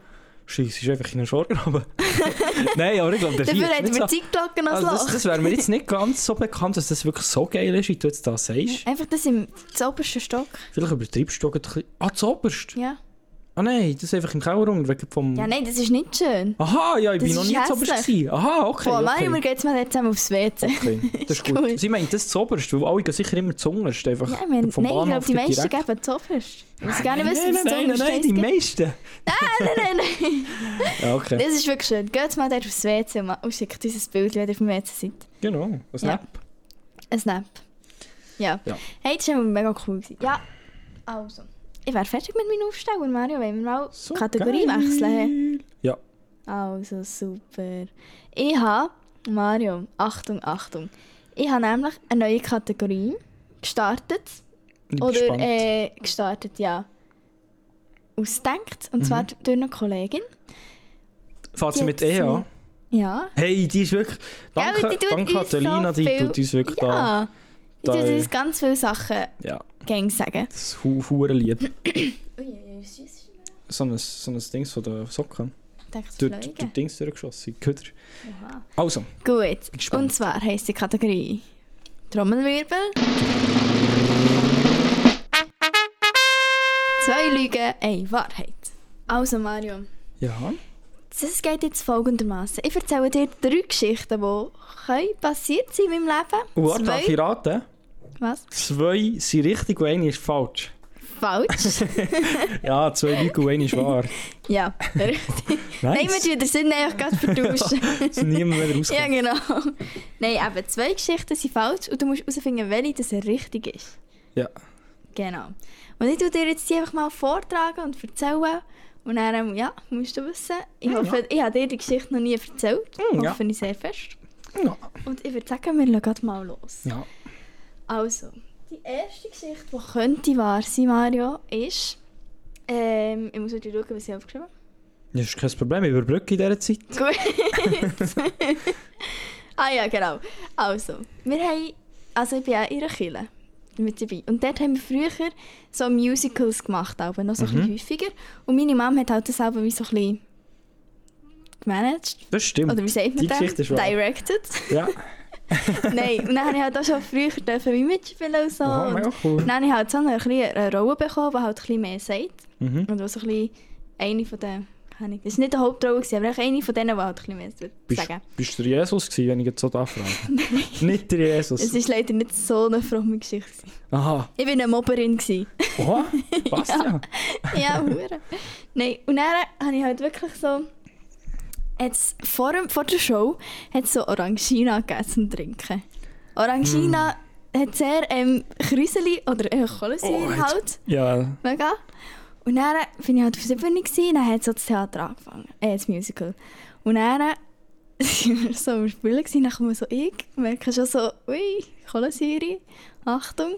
Speaker 4: Scheisse, ist einfach in einen Schorgraben. Nein, aber ich glaube, der Tier
Speaker 3: Dafür
Speaker 4: ist
Speaker 3: hat
Speaker 4: nicht
Speaker 3: wir
Speaker 4: so...
Speaker 3: Zeitglocken als
Speaker 4: Also das,
Speaker 3: Loch.
Speaker 4: das wäre mir jetzt nicht ganz so bekannt, dass das wirklich so geil ist, wie du jetzt das sagst.
Speaker 3: Einfach das im das obersten Stock,
Speaker 4: Vielleicht übertreibst du auch ein bisschen... Ah, das oberst?
Speaker 3: ja.
Speaker 4: Ah nein, das ist einfach im Keller unten, wegen vom...
Speaker 3: Ja, nein, das ist nicht schön.
Speaker 4: Aha, ja, ich
Speaker 3: Das
Speaker 4: bin noch
Speaker 3: ist
Speaker 4: nie zu
Speaker 3: hässlich.
Speaker 4: oberst gewesen. Aha, okay,
Speaker 3: Boah,
Speaker 4: okay.
Speaker 3: Mario, wir gehen jetzt mal jetzt zusammen aufs WC.
Speaker 4: Okay, das ist
Speaker 3: Ist
Speaker 4: gut.
Speaker 3: gut.
Speaker 4: Sie meint das zuoberst, weil alle gehen sicher immer zuunterst. Einfach
Speaker 3: Ja, ich meine, nein, ich
Speaker 4: vom
Speaker 3: glaube,
Speaker 4: Bahnhof
Speaker 3: die
Speaker 4: direkt.
Speaker 3: meisten geben zuoberst. Ich weiß gar nicht, was
Speaker 4: nein,
Speaker 3: das
Speaker 4: nein, nein, nein, die meisten.
Speaker 3: Nein, nein, nein.
Speaker 4: Ja, okay.
Speaker 3: Das ist wirklich schön. Geht mal dort aufs WC und ma- und schickt uns ein Bild, wenn ihr auf dem WC seid.
Speaker 4: Genau, was
Speaker 3: Ja.
Speaker 4: App.
Speaker 3: Ein Snap. Ja.
Speaker 4: Ja.
Speaker 3: Hey, das war mega cool. Gewesen. Ja, also. Ich wäre fertig mit meinem Aufsteller, Mario, wenn wir mal
Speaker 4: So
Speaker 3: Kategorie
Speaker 4: geil.
Speaker 3: wechseln.
Speaker 4: Ja,
Speaker 3: Also, super. Ich habe, Mario, Achtung, Achtung. Ich habe nämlich eine neue Kategorie gestartet.
Speaker 4: ich bin
Speaker 3: Oder
Speaker 4: gespannt.
Speaker 3: äh, gestartet, ja. Ausdenkt. Und zwar
Speaker 4: Mhm.
Speaker 3: durch eine Kollegin.
Speaker 4: Fährt
Speaker 3: die
Speaker 4: sie mit
Speaker 3: hat
Speaker 4: E an?
Speaker 3: sie- Ja.
Speaker 4: Hey, die ist wirklich...
Speaker 3: Ja, aber
Speaker 4: Danke,
Speaker 3: die tut
Speaker 4: danke
Speaker 3: uns so
Speaker 4: Catalina, die
Speaker 3: viel-
Speaker 4: tut uns wirklich
Speaker 3: ja.
Speaker 4: da...
Speaker 3: Ich
Speaker 4: da,
Speaker 3: tue
Speaker 4: äh,
Speaker 3: uns ganz viele Sachen
Speaker 4: ja,
Speaker 3: gang sagen.
Speaker 4: das ist hu- hure Lied.
Speaker 3: Uiuiui, was ist
Speaker 4: So ein, so ein Dings von der Socken.
Speaker 3: das?
Speaker 4: Durch, durch, durch Dings durchgeschossen. Köder. Also, Bin
Speaker 3: Gut,
Speaker 4: gespannt.
Speaker 3: und zwar heisst die Kategorie Trommelwirbel. Zwei Lügen, eine Wahrheit. Also Mario,
Speaker 4: ja.
Speaker 3: das geht jetzt folgendermaßen. Ich erzähle dir drei Geschichten, die können passiert sind in meinem Leben.
Speaker 4: Und warte, darf ich
Speaker 3: Zwei,
Speaker 4: raten?
Speaker 3: was?
Speaker 4: Zwei sind richtig und eine ist falsch.
Speaker 3: Falsch?
Speaker 4: Ja, zwei Lügen und eine ist wahr.
Speaker 3: ja, richtig. Nein, wir
Speaker 4: Nice.
Speaker 3: tun den Sinn einfach gerade vertauschen.
Speaker 4: Dass niemand wieder rauskommt.
Speaker 3: ja, genau. Nein, eben, zwei Geschichten sind falsch und du musst herausfinden, welche das richtig ist.
Speaker 4: Ja.
Speaker 3: Genau. Und ich tu dir jetzt die einfach mal vortragen und erzählen. Und dann, ähm, ja, musst du wissen. Ich hoffe, ich habe dir die Geschichte noch nie erzählt.
Speaker 4: ja.
Speaker 3: Hoffe ich sehr fest.
Speaker 4: Ja.
Speaker 3: Und ich würde sagen, wir schauen grad mal los.
Speaker 4: Ja.
Speaker 3: Also, die erste Geschichte, die könnte wahr sein, Mario, ist... Ähm, ich muss wieder schauen, was ich aufgeschrieben habe.
Speaker 4: Das ist kein Problem, ich überbrücke in dieser Zeit.
Speaker 3: Gut. ah ja, genau. Also, wir haben... Also ich bin auch in einer Kirche mit dabei. Und dort haben wir früher so Musicals gemacht, aber noch so ein
Speaker 4: Mhm.
Speaker 3: bisschen häufiger. Und meine Mom hat halt das selber wie so ein bisschen gemanagt.
Speaker 4: Das stimmt.
Speaker 3: Oder wie sagt man
Speaker 4: Die
Speaker 3: das?
Speaker 4: Geschichte ist wahr.
Speaker 3: Directed.
Speaker 4: Ja.
Speaker 3: Nein, und dann habe ich halt auch schon früher dürfen wie mitspielen und so.
Speaker 4: Aha,
Speaker 3: und
Speaker 4: mega cool.
Speaker 3: dann habe ich halt so eine, kleine- eine Rolle bekommen, die halt ein bisschen mehr sagt.
Speaker 4: Mhm.
Speaker 3: Und was so ein bisschen eine von den... keine Ahnung, Das war nicht die Hauptrolle, gewesen, aber eigentlich eine von denen, die halt ein bisschen mehr sagen.
Speaker 4: Bist, bist du der Jesus gewesen, wenn ich jetzt so da frage? Nicht der
Speaker 3: Es
Speaker 4: Jesus.
Speaker 3: war leider nicht so eine fromme Geschichte. gewesen.
Speaker 4: Aha.
Speaker 3: Ich war eine Mobberin. gewesen.
Speaker 4: Oha, passt ja.
Speaker 3: ja, hure. Nein, und dann habe ich halt wirklich so... Jetzt, vor, dem- vor der Show hat es so Orangina gegeben zum Trinken. Orangina hat sehr ähm, Kräuseli oder äh, Kohlensäure
Speaker 4: Hmm. Oh, jetzt-
Speaker 3: halt.
Speaker 4: Ja,
Speaker 3: Mega. Und dann bin ich halt auf sieben gewesen, dann hat so das Theater angefangen, äh, das Musical. Und dann sind wir so am Spielen gewesen, dann kommen so ich, merke schon so, ui, Kohlensäure, Achtung.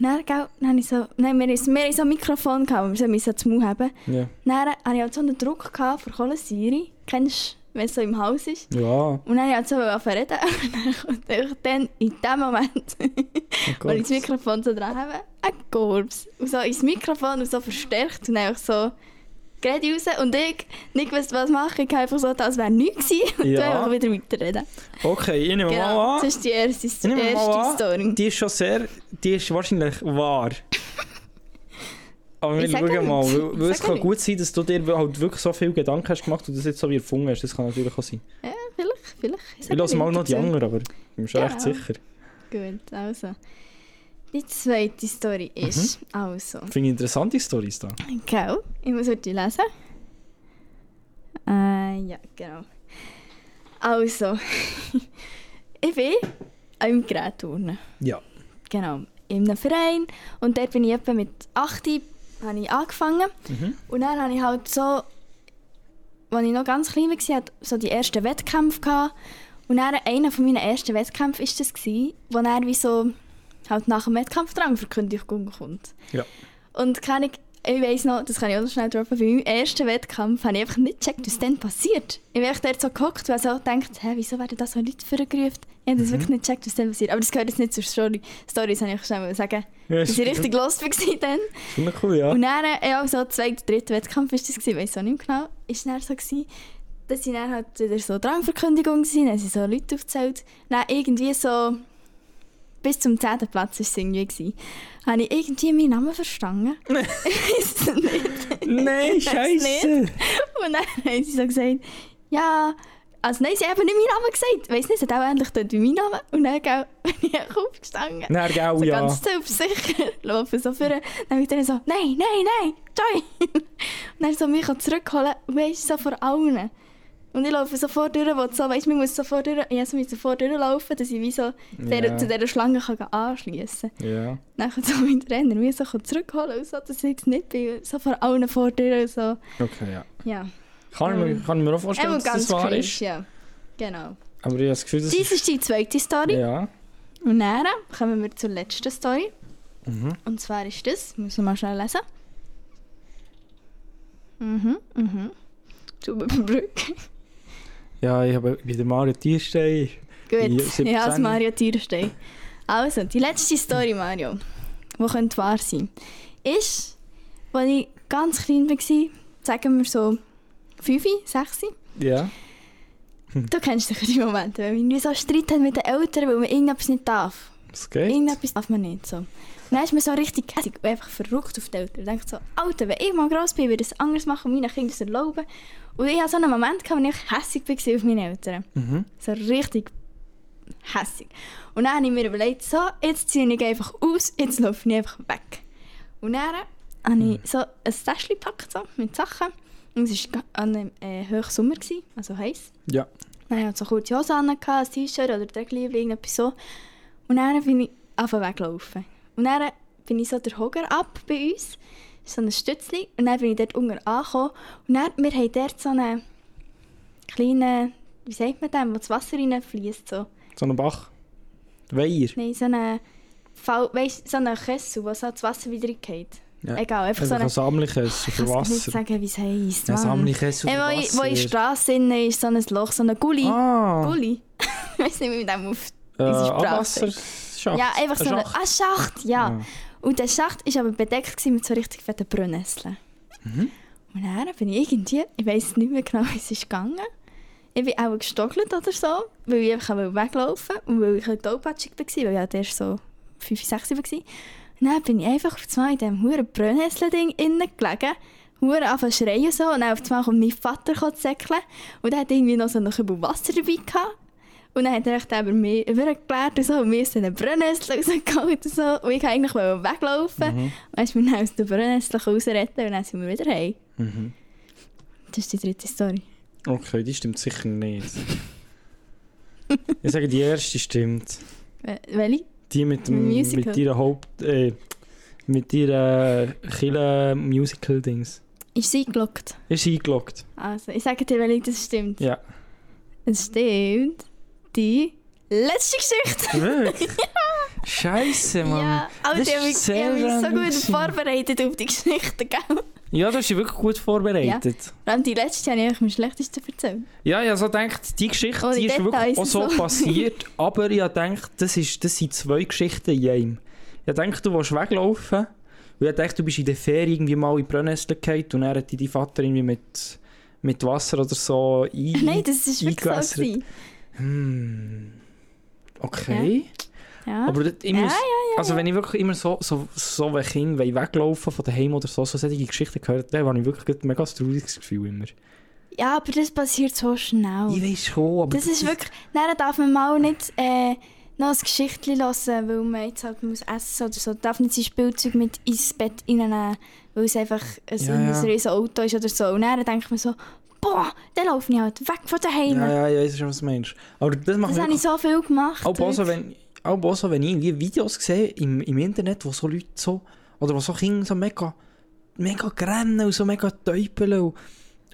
Speaker 3: Und dann, gell, dann habe ich so, nein, wir, wir haben so ein Mikrofon gehabt, das wir müssen zum Mund haben.
Speaker 4: ja.
Speaker 3: Dann hatte ich halt so einen Druck gehabt von Kohlensäure, kennst du, wenn es so im Haus ist.
Speaker 4: Ja,
Speaker 3: Und dann habe ich halt so angefangen zu reden und dann kommt einfach dann, in dem Moment,
Speaker 4: oh
Speaker 3: weil ich das Mikrofon so dran habe, ein Korbs. Und so ins Mikrofon und so verstärkt und einfach so gerade raus. Und ich, nicht gewusst, was machen, ich habe einfach so, als wäre nichts gewesen. Und
Speaker 4: Ja.
Speaker 3: dann einfach wieder weiterreden.
Speaker 4: Okay, ich nehme
Speaker 3: Genau,
Speaker 4: mal
Speaker 3: das
Speaker 4: an.
Speaker 3: ist die erste,
Speaker 4: Ich nehme mal
Speaker 3: erste
Speaker 4: an,
Speaker 3: Story.
Speaker 4: Die ist schon sehr, die ist wahrscheinlich wahr. Aber wir
Speaker 3: Ich sag
Speaker 4: schauen
Speaker 3: ja
Speaker 4: mal,
Speaker 3: nichts.
Speaker 4: weil, weil
Speaker 3: Ich
Speaker 4: es
Speaker 3: sag ja
Speaker 4: kann
Speaker 3: nichts.
Speaker 4: gut sein, dass du dir halt wirklich so viel Gedanken hast gemacht und das jetzt so wie erfunden hast. Das kann natürlich auch sein.
Speaker 3: Ja, vielleicht, vielleicht.
Speaker 4: Ich lasse mal noch die
Speaker 3: Dazu. Genau.
Speaker 4: anderen, aber ich bin schon
Speaker 3: Ja.
Speaker 4: recht sicher.
Speaker 3: Gut, also. Die zweite Story
Speaker 4: Mhm.
Speaker 3: ist, also,
Speaker 4: Finde ich interessante Storys da.
Speaker 3: Genau, ich muss heute lesen. Äh, ja, genau. Also, ich bin im Gerät turnen.
Speaker 4: Ja.
Speaker 3: Genau, in einem Verein. Und dort bin ich etwa mit 8 habe ich angefangen. Und dann habe ich halt so, als ich noch ganz klein war, hatte ich so die ersten Wettkämpfe. Gehabt. Und dann, einer von meinen ersten Wettkämpfe war das, gewesen, wo dann wie so halt nach dem Wettkampf dran verkündigt kommt.
Speaker 4: Ja.
Speaker 3: Und kann ich, ich weiss noch, das kann ich auch noch schnell droppen, bei meinem ersten Wettkampf habe ich einfach nicht gecheckt, was denn passiert. Ich bin echt dort so gehockt und so gedacht, hä, wieso werden da so Leute vorgerufen? Ich
Speaker 4: Mhm.
Speaker 3: habe das wirklich nicht gecheckt, was denn passiert. Aber das gehört jetzt nicht zur Story. Story, das wollte ich schnell mal sagen.
Speaker 4: Ja,
Speaker 3: Dass
Speaker 4: ist
Speaker 3: ich richtig los war dann.
Speaker 4: schon cool, ja.
Speaker 3: Und dann, äh, ja, so zweiter, dritter Wettkampf war das, ich weiß auch nicht mehr genau, ist dann so gewesen, dass sie dann halt wieder so Drangverkündigung waren, dann sind so Leute aufgezählt. Dann irgendwie so, bis zum 10. Platz war es irgendwie. Gewesen. Habe ich irgendwie meinen Namen verstanden? ich weiss es nicht.
Speaker 4: Nein, scheiße.
Speaker 3: Und dann haben sie so gesagt, ja, also nein, sie haben eben nicht meinen Namen gesagt. Weiss nicht, es hat auch ähnlich getönt wie mein Name. Und dann gell, bin ich auch aufgestanden.
Speaker 4: Nein, gell,
Speaker 3: So
Speaker 4: Oh ja.
Speaker 3: ganz selbstsicher laufen so vor. Dann habe ich dann so, nein, nein, nein, Joy! und dann so mich zurückholen, weißt du, so vor allen. Und ich laufe sofort durch, wo so, weißt du, man muss sofort durch, ich muss sofort durchlaufen, dass ich wie so der,
Speaker 4: Ja.
Speaker 3: zu dieser Schlange kann gehen anschliessen kann.
Speaker 4: Ja.
Speaker 3: Dann kommt so mein Trainer mich so zurückholen und so, dass ich es nicht bin, so vor allen vor durch und so.
Speaker 4: Okay, ja.
Speaker 3: Ja,
Speaker 4: Kann, ich mir, kann ich mir auch vorstellen,
Speaker 3: Eben
Speaker 4: dass das wahr
Speaker 3: Ähm, cringe,
Speaker 4: ist.
Speaker 3: ja. Genau.
Speaker 4: Aber ich habe das Gefühl, das
Speaker 3: Dies
Speaker 4: ist...
Speaker 3: ist die zweite Story.
Speaker 4: Ja.
Speaker 3: Und dann kommen wir zur letzten Story.
Speaker 4: Mhm.
Speaker 3: Und zwar ist das, müssen wir mal schnell lesen. Mhm, mhm. Zubenbrück.
Speaker 4: Ja, ich habe wieder Mario Tierstein.
Speaker 3: Gut,
Speaker 4: Ja,
Speaker 3: ja, das
Speaker 4: 17.
Speaker 3: Mario Tierstein. Also, die letzte Story, Mario, die könnte wahr sein, ist, als ich ganz klein war, sagen wir so 5, 6,
Speaker 4: Ja.
Speaker 3: du kennst sicher die Momente, wenn wir irgendwie so Streit haben mit den Eltern, weil man irgendetwas nicht darf.
Speaker 4: Es geht.
Speaker 3: Irgendetwas darf man nicht. So. Und dann ist man so richtig hässig und einfach verrückt auf die Eltern. Und denkt so, Alter, wenn ich mal gross bin, würde ich es dus anders machen und meinen Kindern das erlauben. Und ich hatte so einen Moment, gehabt, wo ich hässig war auf meine Eltern.
Speaker 4: Mhm.
Speaker 3: So richtig hässig. Und dann habe ich mir überlegt, so, jetzt ziehe ich einfach aus, jetzt laufe ich einfach weg. Und dann habe ich so ein Täschchen gepackt so, mit Sachen. Und es war an einem äh, Hochsommer, gewesen, also heiß.
Speaker 4: Ja.
Speaker 3: Dann hatte ich so kurze Hose an, ein T-Shirt oder Dreckliebel, irgendetwas so. Und dann bin ich einfach weglaufen. Und dann bin ich so der Hoger ab bei uns, so ein Stützli. Und dann bin ich dort unten angekommen. Und dann, wir haben dort so einen kleinen, wie sagt man dem, wo das Wasser reinfließt so.
Speaker 4: So ein Bach. Weiher.
Speaker 3: Nein, so einen, Fall, weißt, so einen Kessel, wo so das Wasser wieder geht.
Speaker 4: Ja. Also
Speaker 3: Egal, einfach so
Speaker 4: Einfach ein
Speaker 3: einen...
Speaker 4: Sammliches
Speaker 3: Ich
Speaker 4: für
Speaker 3: kann es nicht
Speaker 4: Wasser.
Speaker 3: sagen, wie es heisst.
Speaker 4: Ein
Speaker 3: Mann.
Speaker 4: Sammliches für
Speaker 3: Äh, wo ich- Wo in der
Speaker 4: Wasser.
Speaker 3: Straße drin ist, so ein Loch, so ein Gulli.
Speaker 4: Ah,
Speaker 3: Gulli. ich weiß nicht, wie man dem auf.
Speaker 4: äh,
Speaker 3: unsere Straße.
Speaker 4: Abwasserschacht.
Speaker 3: Ja, einfach so
Speaker 4: Ein
Speaker 3: ein
Speaker 4: Schacht.
Speaker 3: ah, Schacht. Ja.
Speaker 4: Ja.
Speaker 3: Und der Schacht war aber bedeckt gewesen mit so richtig fetten Brünnässeln. Und dann bin ich irgendwie, ich weiß nicht mehr genau, wie es ist gegangen. Ich bin auch gestockelt oder so, weil ich einfach weglaufen wollte und weil ich ein bisschen tollpatschig war, weil ich halt erst so 5, 6 war. Und dann bin ich einfach auf einmal in diesem huren Brünnessel-Ding innen gelegen. Hure anfangen zu schreien und so. Und dann auf einmal kommt mein Vater zu säckeln. Und der hat irgendwie noch so einen Kübel Wasser dabei gehabt. Und dann hat er echt über mich übergeklärt und so. Und mir ist dann ein Brünnessel rausgeholt und so. Und ich wollte eigentlich weglaufen. Und dann ist mir dann aus dem Brünnessel rausretten und dann sind wir wieder heim. Das ist Dus die dritte Story.
Speaker 4: Okay, die stimmt sicher nicht. ich sage, die erste stimmt.
Speaker 3: Eh, Wel- Welche?
Speaker 4: Die mit dem
Speaker 3: Musical.
Speaker 4: mit ihrer Haupt äh, mit ihrer Kille Musical Dings.
Speaker 3: Ist sie eingeloggt?
Speaker 4: Ist eingeloggt.
Speaker 3: Also, ich sage dir, welche das stimmt.
Speaker 4: Ja.
Speaker 3: Es stimmt die letzte Geschichte.
Speaker 4: Wirklich? Scheiße, Mann.
Speaker 3: ja, Oh, aber
Speaker 4: Das
Speaker 3: ich habe mich,
Speaker 4: ist
Speaker 3: ich habe mich
Speaker 4: sehr
Speaker 3: so
Speaker 4: random
Speaker 3: gut
Speaker 4: gewesen.
Speaker 3: vorbereitet auf die Geschichte, gell?
Speaker 4: Ja, du hast dich wirklich gut vorbereitet.
Speaker 3: Vor allem die letzte habe ich euch am schlechtesten erzählt.
Speaker 4: Ja, ich habe so gedacht, die Geschichte
Speaker 3: Oh, die
Speaker 4: die ist wirklich
Speaker 3: Details
Speaker 4: auch so
Speaker 3: und so.
Speaker 4: passiert, aber ich habe gedacht, das, ist, das sind zwei Geschichten in einem. Ich habe gedacht, du willst weglaufen, weil ich dachte, du bist in der Ferien irgendwie mal in Brennnestel gefallen und er hat dich dein Vater irgendwie mit, mit Wasser oder so ein...
Speaker 3: Nein, das ist wirklich so.
Speaker 4: eingewässert.
Speaker 3: gewesen.
Speaker 4: Hm. Okay.
Speaker 3: Ja.
Speaker 4: Aber das- ich muss,
Speaker 3: Ah, Ja, ja, ja,
Speaker 4: also wenn ich wirklich immer so, so, so wenn Kinder wollen weglaufen von daheim oder so, so solche Geschichten gehört, dann habe ich wirklich ein mega trauriges Gefühl immer.
Speaker 3: ja, aber das passiert so schnell.
Speaker 4: Ich weiß schon, aber...
Speaker 3: Oh. Das ist wirklich. Nein, darf man mal nicht äh, noch ein Geschichtchen hören, weil man jetzt halt muss essen Dus oder so. Darf nicht sein Spielzeug mit ins Bett reinnehmen, weil es einfach ein,
Speaker 4: Ja,
Speaker 3: ein
Speaker 4: ja.
Speaker 3: riesen Auto dus ist oder so. Und dann denkt man so, boah, dann laufe ich halt weg von daheim.
Speaker 4: Ja, ja, ich weiß schon, was du meinst. Aber das macht
Speaker 3: Das
Speaker 4: mich
Speaker 3: habe ich so viel gemacht.
Speaker 4: Auch also,
Speaker 3: heute.
Speaker 4: wenn, auch also, wenn ich irgendwie Videos sehe im, im Internet, wo so Leute so, oder wo so Kinder so mega, mega grennen und so mega täupeln und-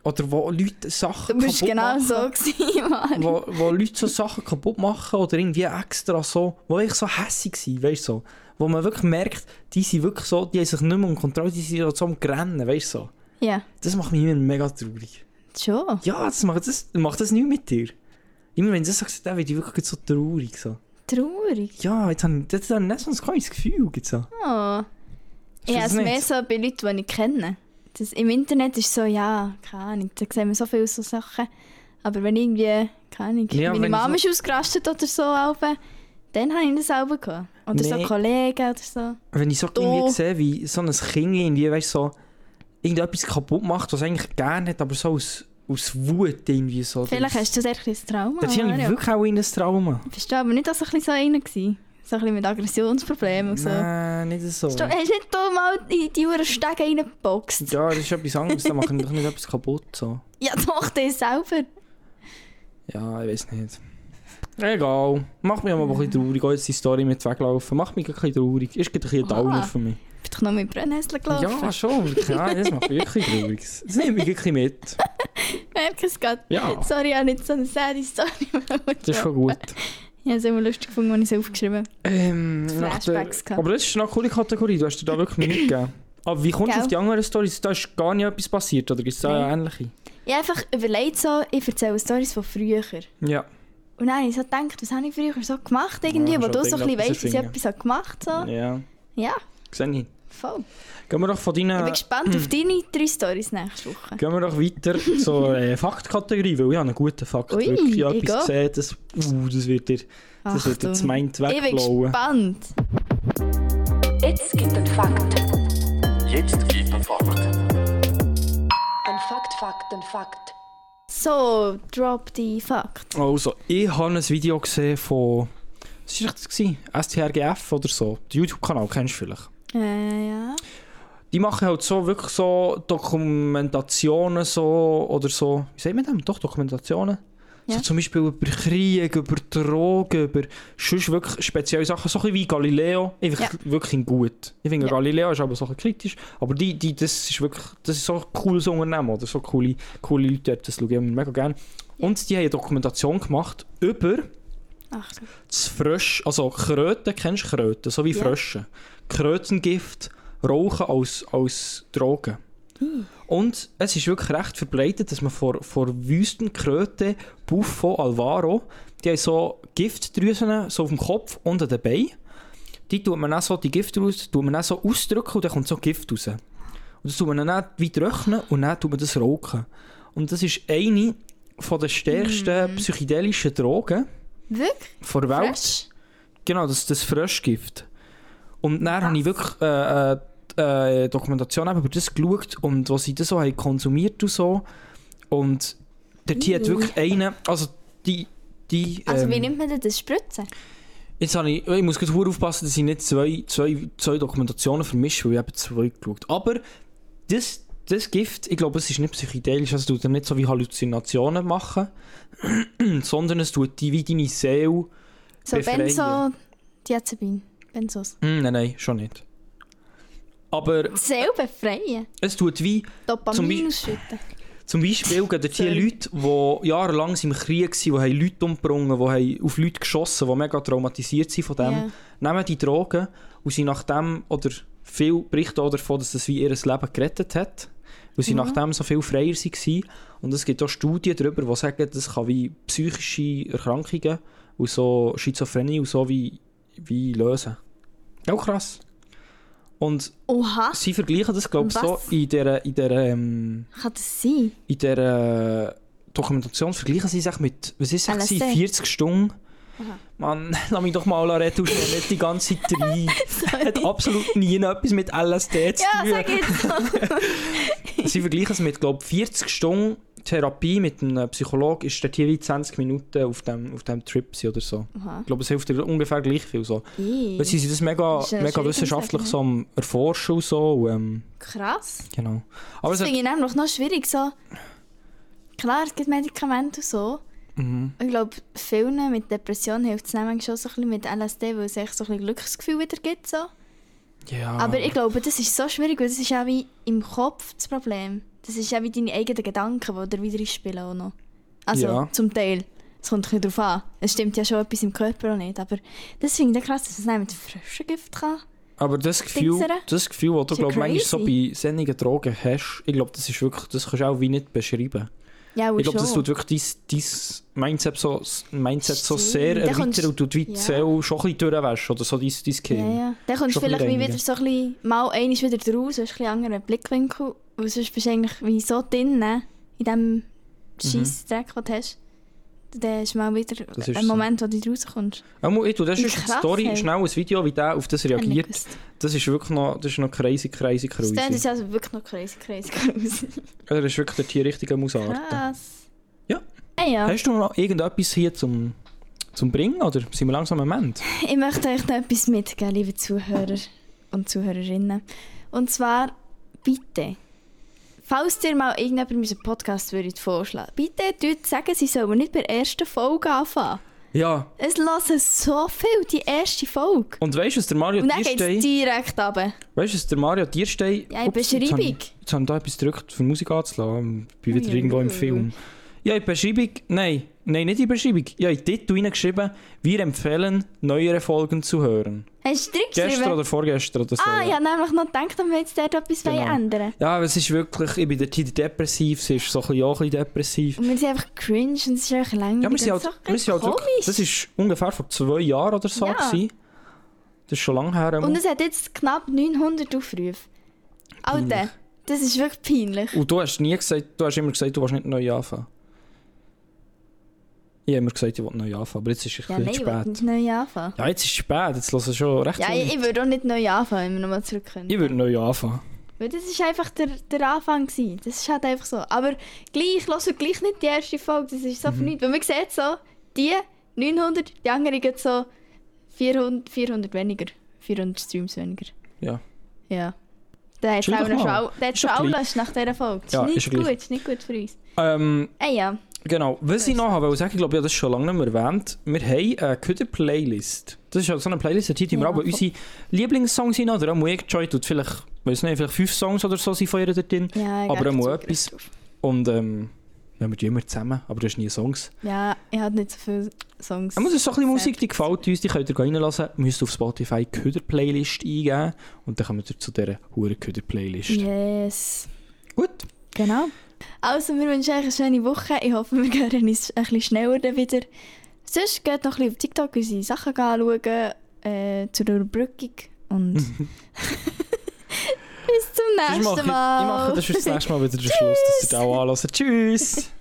Speaker 4: oder wo Leute Sachen
Speaker 3: du bist
Speaker 4: kaputt
Speaker 3: genau
Speaker 4: machen,
Speaker 3: so gewesen, Mann.
Speaker 4: Wo, wo Leute so Sachen kaputt machen oder irgendwie extra so, wo ich so hässig sind, weißt du, so. wo man wirklich merkt, die sind wirklich so, die haben sich nicht mehr unter Kontrolle, die sind so am Grennen, weißt du, so.
Speaker 3: Ja,
Speaker 4: Das macht mich immer mega traurig.
Speaker 3: schon.
Speaker 4: Ja, das macht das, macht das nicht mit dir. Immer wenn du das sagst, dann werde ich wirklich so traurig, so.
Speaker 3: Traurig.
Speaker 4: Ja, jetzt habe ich, das ist nicht so ein kleines Gefühl. Gibt's auch.
Speaker 3: Oh. Ich habe es
Speaker 4: das nicht?
Speaker 3: mehr so bei Leuten, die ich kenne. Das, Im Internet ist so, ja, keine Ahnung, da sehen wir so viele so Sachen. Aber wenn irgendwie, keine Ahnung,
Speaker 4: Ja,
Speaker 3: meine
Speaker 4: wenn
Speaker 3: Mama
Speaker 4: so-
Speaker 3: ist ausgerastet oder so, Alben, dann habe ich das Alben gehabt. Oder
Speaker 4: Nee.
Speaker 3: so Kollegen oder so.
Speaker 4: Wenn ich so
Speaker 3: Da.
Speaker 4: irgendwie sehe, wie so ein Kind irgendwie, weißt, so irgendetwas kaputt macht, was es eigentlich gerne hat, aber so aus, aus Wut irgendwie so.
Speaker 3: Vielleicht
Speaker 4: das,
Speaker 3: hast du da ein kleines Trauma.
Speaker 4: Das ist eigentlich
Speaker 3: Mario.
Speaker 4: wirklich auch in ein Trauma.
Speaker 3: Bist du aber nicht auch so ein bisschen so einer gewesen? So ein bisschen mit Aggressionsproblemen und so.
Speaker 4: Nein, nicht so.
Speaker 3: Hast du hast du nicht da mal in die Uhren Stege reingeboxt?
Speaker 4: Ja, das ist etwas anderes, da machen wir doch nicht etwas kaputt. So.
Speaker 3: Ja, doch, das selber.
Speaker 4: Ja, ich weiß nicht. Egal. Macht mich aber ein bisschen traurig. Auch jetzt die Story mit weglaufen. Macht mich ein bisschen traurig. Ist gerade ein bisschen ein
Speaker 3: Aha.
Speaker 4: Downer für mich.
Speaker 3: Ich bin doch noch mit Brennnesseln gelaufen.
Speaker 4: Ja, schon. aber keine Ahnung, das macht mich wirklich traurig. Das nimmt mich wirklich mit.
Speaker 3: Ich merke es gerade.
Speaker 4: Ja,
Speaker 3: Sorry, auch nicht so eine sad Story.
Speaker 4: das ist schon gut.
Speaker 3: Ich habe es immer lustig gefunden, als ich es aufgeschrieben habe.
Speaker 4: Ähm, nach der,
Speaker 3: Flashbacks gehabt.
Speaker 4: aber das ist eine coole Kategorie, du hast dir da wirklich Mühe gegeben. Aber wie kommst du
Speaker 3: Gell?
Speaker 4: auf die anderen Stories? Da ist gar nicht etwas passiert, oder gibt es da
Speaker 3: Nein.
Speaker 4: ähnliche?
Speaker 3: Ich habe einfach überlegt, so, ich erzähle Stories von früher.
Speaker 4: Ja.
Speaker 3: Und dann habe ich so gedacht, was habe ich früher so gemacht irgendwie,
Speaker 4: Ja,
Speaker 3: wo
Speaker 4: schon
Speaker 3: du so ein bisschen
Speaker 4: irgendetwas
Speaker 3: weißt, dass ich
Speaker 4: erfinden.
Speaker 3: etwas habe gemacht habe. So.
Speaker 4: Ja,
Speaker 3: Ja,
Speaker 4: sehe ich.
Speaker 3: voll.
Speaker 4: Gehen wir doch von
Speaker 3: Ich bin
Speaker 4: deinen...
Speaker 3: gespannt auf deine drei Stories nächste Woche.
Speaker 4: Gehen wir doch weiter zur äh, Faktkategorie, weil ich habe einen guten Fakt.
Speaker 3: Ui,
Speaker 4: wirklich. Ich habe
Speaker 3: ich
Speaker 4: etwas
Speaker 3: auch.
Speaker 4: gesehen, das, uh, das wird dir das
Speaker 3: Ach
Speaker 4: wird dir
Speaker 3: du.
Speaker 4: das Mind
Speaker 3: Ich bin
Speaker 4: wegblauen.
Speaker 3: gespannt.
Speaker 1: Jetzt gibt ein Fakt.
Speaker 7: Jetzt gibt ein Fakt.
Speaker 1: Ein Fakt, Fakt, ein Fakt.
Speaker 3: So, drop die Fakt.
Speaker 4: Also, ich habe ein Video gesehen von... Was war das? gewesen? STRGF oder so. Den YouTube-Kanal kennst du vielleicht.
Speaker 3: Äh, ja.
Speaker 4: Die machen halt so wirklich so Dokumentationen so oder so. Wie sagt man dem? Doch, Dokumentationen. So
Speaker 3: Ja.
Speaker 4: zum Beispiel über Krieg, über Drogen, über sonst wirklich spezielle Sachen. So ein bisschen wie Galileo. Ich
Speaker 3: Ja.
Speaker 4: wirklich in gut. Ich finde,
Speaker 3: Ja.
Speaker 4: Galileo ist aber so ein bisschen kritisch. Aber die, die, das ist wirklich, das ist so ein cooles Unternehmen oder so coole, coole Leute dort. Das schaue ich immer mega gerne. Und die haben eine Dokumentation gemacht über
Speaker 3: Ach, so.
Speaker 4: das Frösch, also Kröten, kennst du Kröten, so wie
Speaker 3: Ja.
Speaker 4: Frösche. Krötengift, Rauchen als, als Drogen.
Speaker 3: Hm.
Speaker 4: Und es ist wirklich recht verbreitet, dass man vor, vor Wüsten, Kröten, Buffo, Alvaro, die haben so Giftdrüsen so auf dem Kopf und an den Beinen. Die tut man dann so, die Giftdrüsen, tut man dann so ausdrücken und dann kommt so Gift raus. Und das tut man dann auch wie trocknen und dann tut man das rauchen. Und das ist eine von der stärksten psychedelischen Drogen
Speaker 3: wirklich?
Speaker 4: von der Welt.
Speaker 3: Mhm. Fresh?
Speaker 4: Genau, das, das Fröschgift. Und dann habe ich wirklich äh, äh, äh, Dokumentation eben über das geschaut und was sie das so haben konsumiert und so. Und der Tier hat wirklich einen, also die, die
Speaker 3: Mm. Also, wie
Speaker 4: ähm,
Speaker 3: nimmt man denn das Spritzen?
Speaker 4: Jetzt habe ich, ich muss gerade verdammt aufpassen, dass ich nicht zwei, zwei, zwei Dokumentationen vermische, weil ich eben zwei geschaut habe. Aber das, das Gift, ich glaube, es ist nicht psychedelisch, also es tut dir nicht so wie Halluzinationen machen, sondern es tut die wie deine Seele...
Speaker 3: So,
Speaker 4: Befreien.
Speaker 3: Benzo, Diazepin. Benzos.
Speaker 4: Hm, nein, nein, schon nicht. Aber
Speaker 3: Seele befreien.
Speaker 4: es tut wie... Zum Beispiel-
Speaker 3: Dopamin ausschütten.
Speaker 4: Zum Beispiel gegen die
Speaker 3: Sorry.
Speaker 4: Leute, die jahrelang im Krieg waren, die haben Leute umgebracht, die haben auf Leute geschossen, die mega traumatisiert sind von dem,
Speaker 3: Ja.
Speaker 4: nehmen die Drogen und sind nach dem, oder viel berichten auch davon, dass das wie ihr Leben gerettet hat,
Speaker 3: Mhm.
Speaker 4: weil sie nach dem so viel freier waren. Und es gibt auch Studien darüber, die sagen, das kann wie psychische Erkrankungen und so Schizophrenie und so wie, wie lösen. Auch krass. Und
Speaker 3: Oha,
Speaker 4: sie vergleichen das, glaube ich, so
Speaker 3: Was?
Speaker 4: in dieser... In der, ähm,
Speaker 3: kann das sein?
Speaker 4: in dieser äh, Dokumentation vergleichen sie sich mit, was ist es,
Speaker 3: LSD?
Speaker 4: 40 Stunden. Mann, lass mich doch mal reden, du schnell nicht die ganze Zeit rein. Hat absolut nie noch etwas mit LSD zu
Speaker 3: Ja,
Speaker 4: tun.
Speaker 3: sag jetzt.
Speaker 4: Sie vergleichen es mit, glaube ich, 40 Stunden Therapie mit einem Psychologen, ist der TV 20 Minuten auf dem, auf dem Trip gewesen oder so.
Speaker 3: Oha.
Speaker 4: Ich glaube, es hilft dir ungefähr gleich viel. So. Weil
Speaker 3: Ih,
Speaker 4: sie sind das mega,
Speaker 3: Ist ja
Speaker 4: mega
Speaker 3: schwierig,
Speaker 4: wissenschaftlich
Speaker 3: sag ich,
Speaker 4: so am Erforschen und so. Und, ähm,
Speaker 3: Krass.
Speaker 4: genau. Aber
Speaker 3: Das
Speaker 4: es hat-
Speaker 3: finde ich nämlich noch schwierig. So. Klar, es gibt Medikamente und so. Ich glaube, vielen mit Depressionen hilft es nämlich schon so ein bisschen mit LSD, weil es echt so ein bisschen Glücksgefühl wieder gibt. So.
Speaker 4: ja.
Speaker 3: Aber ich glaube, das ist so schwierig, weil das ist ja wie im Kopf das Problem. Das ist ja wie deine eigenen Gedanken, die dir wieder spielen auch noch. Also,
Speaker 4: Ja.
Speaker 3: zum Teil. Es kommt ein bisschen darauf an. Es stimmt ja schon etwas im Körper auch nicht. Aber das finde ich krass, dass es nicht mit frischem Gift kann.
Speaker 4: Aber das Gefühl,
Speaker 3: Pinsere?
Speaker 4: das Gefühl, das du
Speaker 3: Ist ja
Speaker 4: glaub, manchmal so
Speaker 3: crazy.
Speaker 4: bei sennigen Drogen hast, ich glaube, das ist wirklich, das kannst du auch wie nicht beschreiben.
Speaker 3: Ja,
Speaker 4: ich glaube, das
Speaker 3: schon.
Speaker 4: tut wirklich dein, dein Mindset so, Mindset so
Speaker 3: Stimmt.
Speaker 4: sehr
Speaker 3: Da kommst-
Speaker 4: erweitern und tut wie die
Speaker 3: ja.
Speaker 4: Seele schon ein bisschen durchwäscht oder so dein, dein
Speaker 3: Ja,
Speaker 4: Gehirn.
Speaker 3: ja. Dann kommst du
Speaker 4: Schon ein
Speaker 3: vielleicht wie
Speaker 4: bisschen
Speaker 3: wieder so ein bisschen, mal einiges wieder draus, hast ein bisschen anderen Blickwinkel, weil sonst bist du eigentlich wie so drin, ne, in
Speaker 4: Mhm.
Speaker 3: diesem Scheissdreck, den du hast. Dann ist mal wieder
Speaker 4: Das ist
Speaker 3: ein
Speaker 4: so.
Speaker 3: Moment, wo du rauskommst.
Speaker 4: Ähm, Ich tue das
Speaker 3: Wie
Speaker 4: ist eine
Speaker 3: krass,
Speaker 4: Story,
Speaker 3: ey.
Speaker 4: schnell ein Video, wie der auf das
Speaker 3: Hab ich nicht
Speaker 4: reagiert.
Speaker 3: gewusst.
Speaker 4: Das ist wirklich noch, das ist noch crazy, crazy,
Speaker 3: Das
Speaker 4: crazy.
Speaker 3: klingt jetzt also wirklich noch crazy, crazy, crazy.
Speaker 4: Er ist wirklich der Tier richtig am Ausarten.
Speaker 3: Krass.
Speaker 4: Ja.
Speaker 3: Hey, ja.
Speaker 4: Hast du noch irgendetwas hier zum, zum Bringen oder sind wir langsam am Ende?
Speaker 3: Ich möchte euch noch etwas mitgeben, liebe Zuhörer und Zuhörerinnen. Und zwar, bitte, falls dir mal irgendjemand unseren Podcast würdet vorschlagen bitte tut sagen, sie sollen nicht bei der ersten Folge anfangen.
Speaker 4: Ja,
Speaker 3: Es lassen so viel die erste Folge.
Speaker 4: und weißt du, was der Mario
Speaker 3: Und dann geht
Speaker 4: Tierstein-
Speaker 3: es direkt runter.
Speaker 4: Weißt du, dass der Mario Tierstein.
Speaker 3: Ja, in
Speaker 4: Ups, jetzt
Speaker 3: Beschreibung.
Speaker 4: habe ich- Jetzt haben da etwas gedrückt, für Musik anzulassen. Ich bin wieder irgendwo im Film. Ja, in Beschreibung. Nein, nein, nicht in die Beschreibung. Ich habe in den Titel reingeschrieben, wir empfehlen, neuere Folgen zu hören.
Speaker 3: Hast du drin
Speaker 4: Gestern
Speaker 3: geschrieben?
Speaker 4: oder vorgestern oder so.
Speaker 3: Ah, ich habe nämlich noch gedacht, dass wir jetzt dort etwas
Speaker 4: Genau.
Speaker 3: ändern wollen.
Speaker 4: Ja, aber es ist wirklich, ich bin der Zeit depressiv, sie ist so ein bisschen, auch ein bisschen depressiv.
Speaker 3: Und wir sind einfach cringe und es Hm, ist einfach langweilig.
Speaker 4: Ja, wir sind
Speaker 3: und
Speaker 4: halt,
Speaker 3: so.
Speaker 4: wir sind halt
Speaker 3: komisch.
Speaker 4: wirklich, das ist ungefähr vor zwei Jahren oder so
Speaker 3: Ja.
Speaker 4: gewesen. Das ist schon lange her.
Speaker 3: Und es hat jetzt knapp 900 Aufrufe. Alter, das ist wirklich peinlich.
Speaker 4: Und du hast nie gesagt, du hast immer gesagt, du willst nicht neu anfangen. Ich habe immer gesagt, ich will neu anfangen, aber jetzt ist es
Speaker 3: Ja,
Speaker 4: ein
Speaker 3: nein, ich
Speaker 4: bisschen
Speaker 3: will
Speaker 4: spät.
Speaker 3: nicht neu anfangen.
Speaker 4: Ja, jetzt ist es spät, jetzt hören schon recht
Speaker 3: Ja,
Speaker 4: viele
Speaker 3: ich,
Speaker 4: Leute.
Speaker 3: ich würde auch nicht neu anfangen, wenn wir nochmal zurückkommen.
Speaker 4: Ich würde neu anfangen.
Speaker 3: Weil das ist einfach der, der Anfang gewesen. Das ist halt einfach so. Aber gleich, lass gleich nicht die erste Folge, das ist so
Speaker 4: Mhm.
Speaker 3: für nichts. Weil man sieht so, die 900, die anderen gehen so 400, 400 weniger. 400 Streams weniger.
Speaker 4: Ja.
Speaker 3: Ja. Der hat
Speaker 4: Schau
Speaker 3: auch
Speaker 4: doch
Speaker 3: noch
Speaker 4: mal.
Speaker 3: schau, der hat
Speaker 4: Ist
Speaker 3: schon
Speaker 4: doch gleich.
Speaker 3: alles nach dieser Folge. Das
Speaker 4: Ja,
Speaker 3: ist
Speaker 4: ist
Speaker 3: nicht
Speaker 4: doch gleich.
Speaker 3: gut, ist nicht gut für uns.
Speaker 4: Ähm,
Speaker 3: Äh ja,
Speaker 4: Genau, was ich noch habe wollte sagen, ich glaube, ich habe das schon lange nicht mehr erwähnt. Wir haben eine Köder-Playlist. Das ist halt so eine Playlist, die wir
Speaker 3: Ja,
Speaker 4: aber
Speaker 3: voll.
Speaker 4: unsere Lieblingssongs hin, oder auch Joy tut vielleicht, weiß nicht, vielleicht fünf Songs oder so sind von ihr dort drin.
Speaker 3: ja. ich
Speaker 4: Aber
Speaker 3: gebe
Speaker 4: er muss
Speaker 3: Zugriff
Speaker 4: etwas.
Speaker 3: drauf.
Speaker 4: Und ähm, ja, wir tun immer zusammen, aber du hast nie Songs.
Speaker 3: Ja, ich habe nicht so viele Songs.
Speaker 4: Aber es ist so ein bisschen Musik, die
Speaker 3: Selbst.
Speaker 4: gefällt uns, die könnt ihr reinlassen. Müsst auf Spotify Köder-Playlist eingeben und dann kommen wir zu dieser huren Köder-Playlist.
Speaker 3: Yes.
Speaker 4: Gut.
Speaker 3: Genau. Also, wir wünschen euch eine schöne Woche. Ich hoffe, wir hören uns ein bisschen schneller dann wieder. Sonst geht noch ein bisschen auf TikTok dus unsere Sachen anschauen, äh, zur Überbrückung und bis zum
Speaker 4: Das
Speaker 3: nächsten
Speaker 4: mache ich, ich
Speaker 3: Mal.
Speaker 4: mache das für das nächste Mal wieder den Schluss, dass ihr das auch anhört. Tschüss!